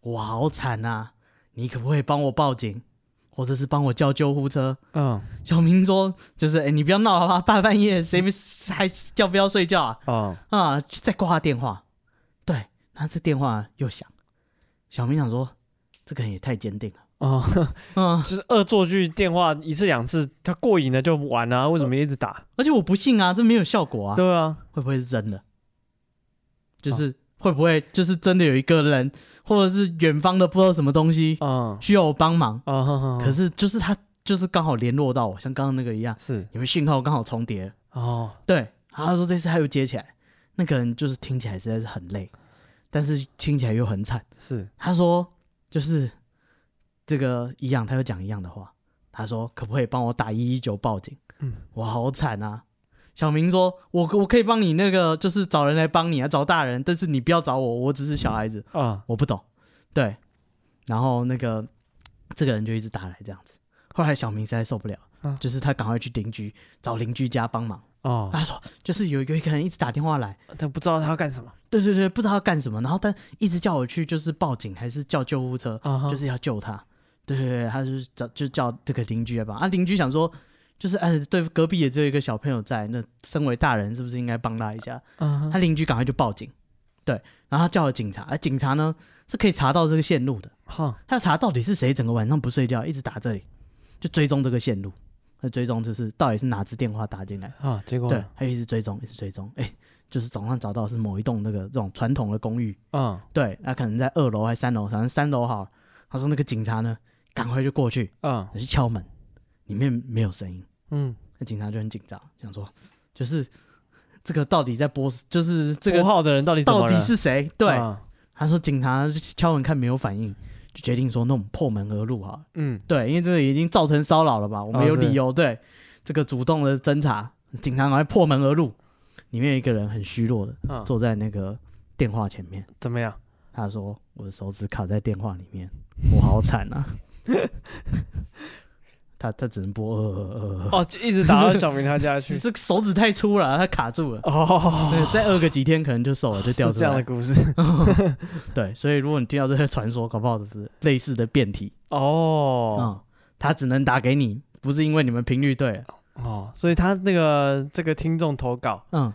[SPEAKER 2] 我好惨啊，你可不可以帮我报警，或者是帮我叫救护车？”
[SPEAKER 1] 嗯，
[SPEAKER 2] 小明说：“就是，哎、你不要闹好吧，大半夜谁还要不要睡觉啊？
[SPEAKER 1] 哦，
[SPEAKER 2] 啊，就再挂他电话。对，那这电话又响，小明想说，这个人也太坚定了。
[SPEAKER 1] 哦，
[SPEAKER 2] 嗯，
[SPEAKER 1] 就是恶作剧电话一次两次，他过瘾了就完了、为什么一直打？
[SPEAKER 2] 而且我不信啊，这没有效果啊，
[SPEAKER 1] 对啊，
[SPEAKER 2] 会不会是真的？就是、会不会就是真的有一个人，或者是远方的不知道什么东西
[SPEAKER 1] 嗯，
[SPEAKER 2] 需要我帮忙？
[SPEAKER 1] 啊哈哈，
[SPEAKER 2] 可是就是他就是刚好联络到我，像刚刚那个一样，
[SPEAKER 1] 是
[SPEAKER 2] 你们讯号刚好重叠。
[SPEAKER 1] 哦，
[SPEAKER 2] 对，然后他说这次他又接起来，那个人就是听起来实在是很累，但是听起来又很惨。
[SPEAKER 1] 是
[SPEAKER 2] 他说就是这个一样，他又讲一样的话。他说可不可以帮我打一一九报警？
[SPEAKER 1] 嗯，
[SPEAKER 2] 我好惨啊。小明说：“我我可以帮你那个，就是找人来帮你啊，找大人，但是你不要找我，我只是小孩子，
[SPEAKER 1] 啊，
[SPEAKER 2] 我不懂。”对，然后那个这个人就一直打来这样子。后来小明实在受不了，
[SPEAKER 1] 嗯
[SPEAKER 2] 就是他赶快去邻居找邻居家帮忙。
[SPEAKER 1] 哦，
[SPEAKER 2] 他说：“就是有有一个人一直打电话来，
[SPEAKER 1] 他不知道他要干什么
[SPEAKER 2] 对对对，不知道要干什么，然后但一直叫我去，就是报警还是叫救护车，
[SPEAKER 1] 啊哈，
[SPEAKER 2] 就是要救他。对对对，他就是叫就叫这个邻居来帮啊。邻居想说，就是哎，对，隔壁也只有一个小朋友在，那身为大人是不是应该帮他一下？
[SPEAKER 1] 啊
[SPEAKER 2] 他
[SPEAKER 1] 哈，
[SPEAKER 2] 邻居赶快就报警，对，然后他叫了警察，而、啊警察呢是可以查到这个线路的，
[SPEAKER 1] 哈，
[SPEAKER 2] 他查到底是谁整个晚上不睡觉，一直打这里，就追踪这个线路，那追踪就是到底是哪只电话打进来。
[SPEAKER 1] 啊，结果
[SPEAKER 2] 对
[SPEAKER 1] 呢，
[SPEAKER 2] 他一直追踪，一直追踪，哎、就是总算找到是某一栋那个这种传统的公寓，
[SPEAKER 1] 啊
[SPEAKER 2] 对，那可能在二楼还是三楼，反正三楼好了。他说那个警察呢，赶快就过去，
[SPEAKER 1] 啊，
[SPEAKER 2] 去敲门，里面没有声音，
[SPEAKER 1] 嗯，
[SPEAKER 2] 那警察就很紧张，想说就是这个到底在播， *laughs* 就是这
[SPEAKER 1] 这
[SPEAKER 2] 个
[SPEAKER 1] 个号的人到底怎么
[SPEAKER 2] 到
[SPEAKER 1] 了
[SPEAKER 2] 底是谁？对，
[SPEAKER 1] 啊
[SPEAKER 2] 他说警察敲门看没有反应，就决定说那我们破门而入好了。
[SPEAKER 1] 嗯，
[SPEAKER 2] 对，因为这个已经造成骚扰了吧，我们
[SPEAKER 1] 哦
[SPEAKER 2] 有
[SPEAKER 1] 是
[SPEAKER 2] 理由、对这个主动的侦查，警察赶快破门而入。里面有一个人很虚弱的
[SPEAKER 1] 啊
[SPEAKER 2] 坐在那个电话前面，
[SPEAKER 1] 怎么样？
[SPEAKER 2] 他说：“我的手指卡在电话里面，我好惨啊！” *laughs* 他他只能拨二二二二，
[SPEAKER 1] 哦，就一直打到小明他家 *laughs*
[SPEAKER 2] 只
[SPEAKER 1] 去，
[SPEAKER 2] 是手指太粗了，他卡住了。
[SPEAKER 1] 哦，
[SPEAKER 2] 对，再饿个几天可能就瘦了，就掉
[SPEAKER 1] 是
[SPEAKER 2] 出
[SPEAKER 1] 这样的
[SPEAKER 2] 来。
[SPEAKER 1] 故事，
[SPEAKER 2] *laughs* 对，所以如果你听到这些传说，搞不好就是类似的变体。
[SPEAKER 1] 哦，
[SPEAKER 2] 嗯，他只能打给你，不是因为你们频率对了。
[SPEAKER 1] 哦，所以他那个这个听众投稿。
[SPEAKER 2] 嗯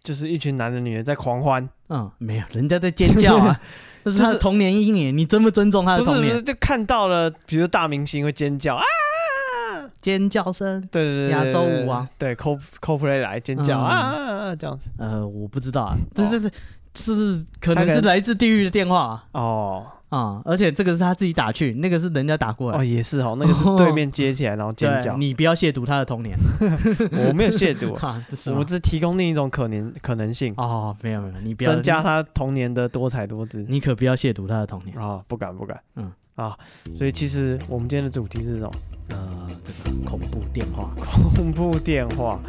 [SPEAKER 1] 就是一群男的女的在狂欢，
[SPEAKER 2] 嗯，没有，人家在尖
[SPEAKER 1] *laughs*
[SPEAKER 2] 叫啊，那是他
[SPEAKER 1] 就
[SPEAKER 2] 的
[SPEAKER 1] 是
[SPEAKER 2] 童年阴影，你尊不尊重他的
[SPEAKER 1] 不是
[SPEAKER 2] 童
[SPEAKER 1] 不
[SPEAKER 2] 年
[SPEAKER 1] 是？就看到了，比如大明星会尖叫啊，
[SPEAKER 2] 尖叫声。
[SPEAKER 1] 对对对，
[SPEAKER 2] 亚
[SPEAKER 1] 对
[SPEAKER 2] 洲舞啊，
[SPEAKER 1] 对对 Co CoPlay 来尖叫
[SPEAKER 2] 嗯
[SPEAKER 1] 啊啊啊啊这样
[SPEAKER 2] *laughs*
[SPEAKER 1] 子
[SPEAKER 2] 呃，我不知道啊，
[SPEAKER 1] 哦
[SPEAKER 2] 这这这是可
[SPEAKER 1] 他
[SPEAKER 2] 能
[SPEAKER 1] 可
[SPEAKER 2] 是
[SPEAKER 1] 能
[SPEAKER 2] 来自地狱的电话
[SPEAKER 1] 哦
[SPEAKER 2] 啊、啊而且这个是他自己打去，那个是人家打过来。
[SPEAKER 1] 哦也是哦，那个是
[SPEAKER 2] *laughs*
[SPEAKER 1] 对面接起来然后
[SPEAKER 2] 对
[SPEAKER 1] 尖叫，
[SPEAKER 2] 你不要亵渎他的童年，
[SPEAKER 1] *laughs* 我没有亵渎，啊
[SPEAKER 2] 哈，这 *laughs* 是
[SPEAKER 1] 我
[SPEAKER 2] 吗
[SPEAKER 1] 只是提供另一种可能可能性，
[SPEAKER 2] 哦，没有没有，你不要
[SPEAKER 1] 增加，他童年的多彩多姿
[SPEAKER 2] 你你可不要亵渎他的童年。
[SPEAKER 1] 啊，不敢不敢，
[SPEAKER 2] 嗯
[SPEAKER 1] 啊，所以其实我们今天的主题是这种
[SPEAKER 2] 呃，这个恐怖电话。
[SPEAKER 1] 恐怖电话。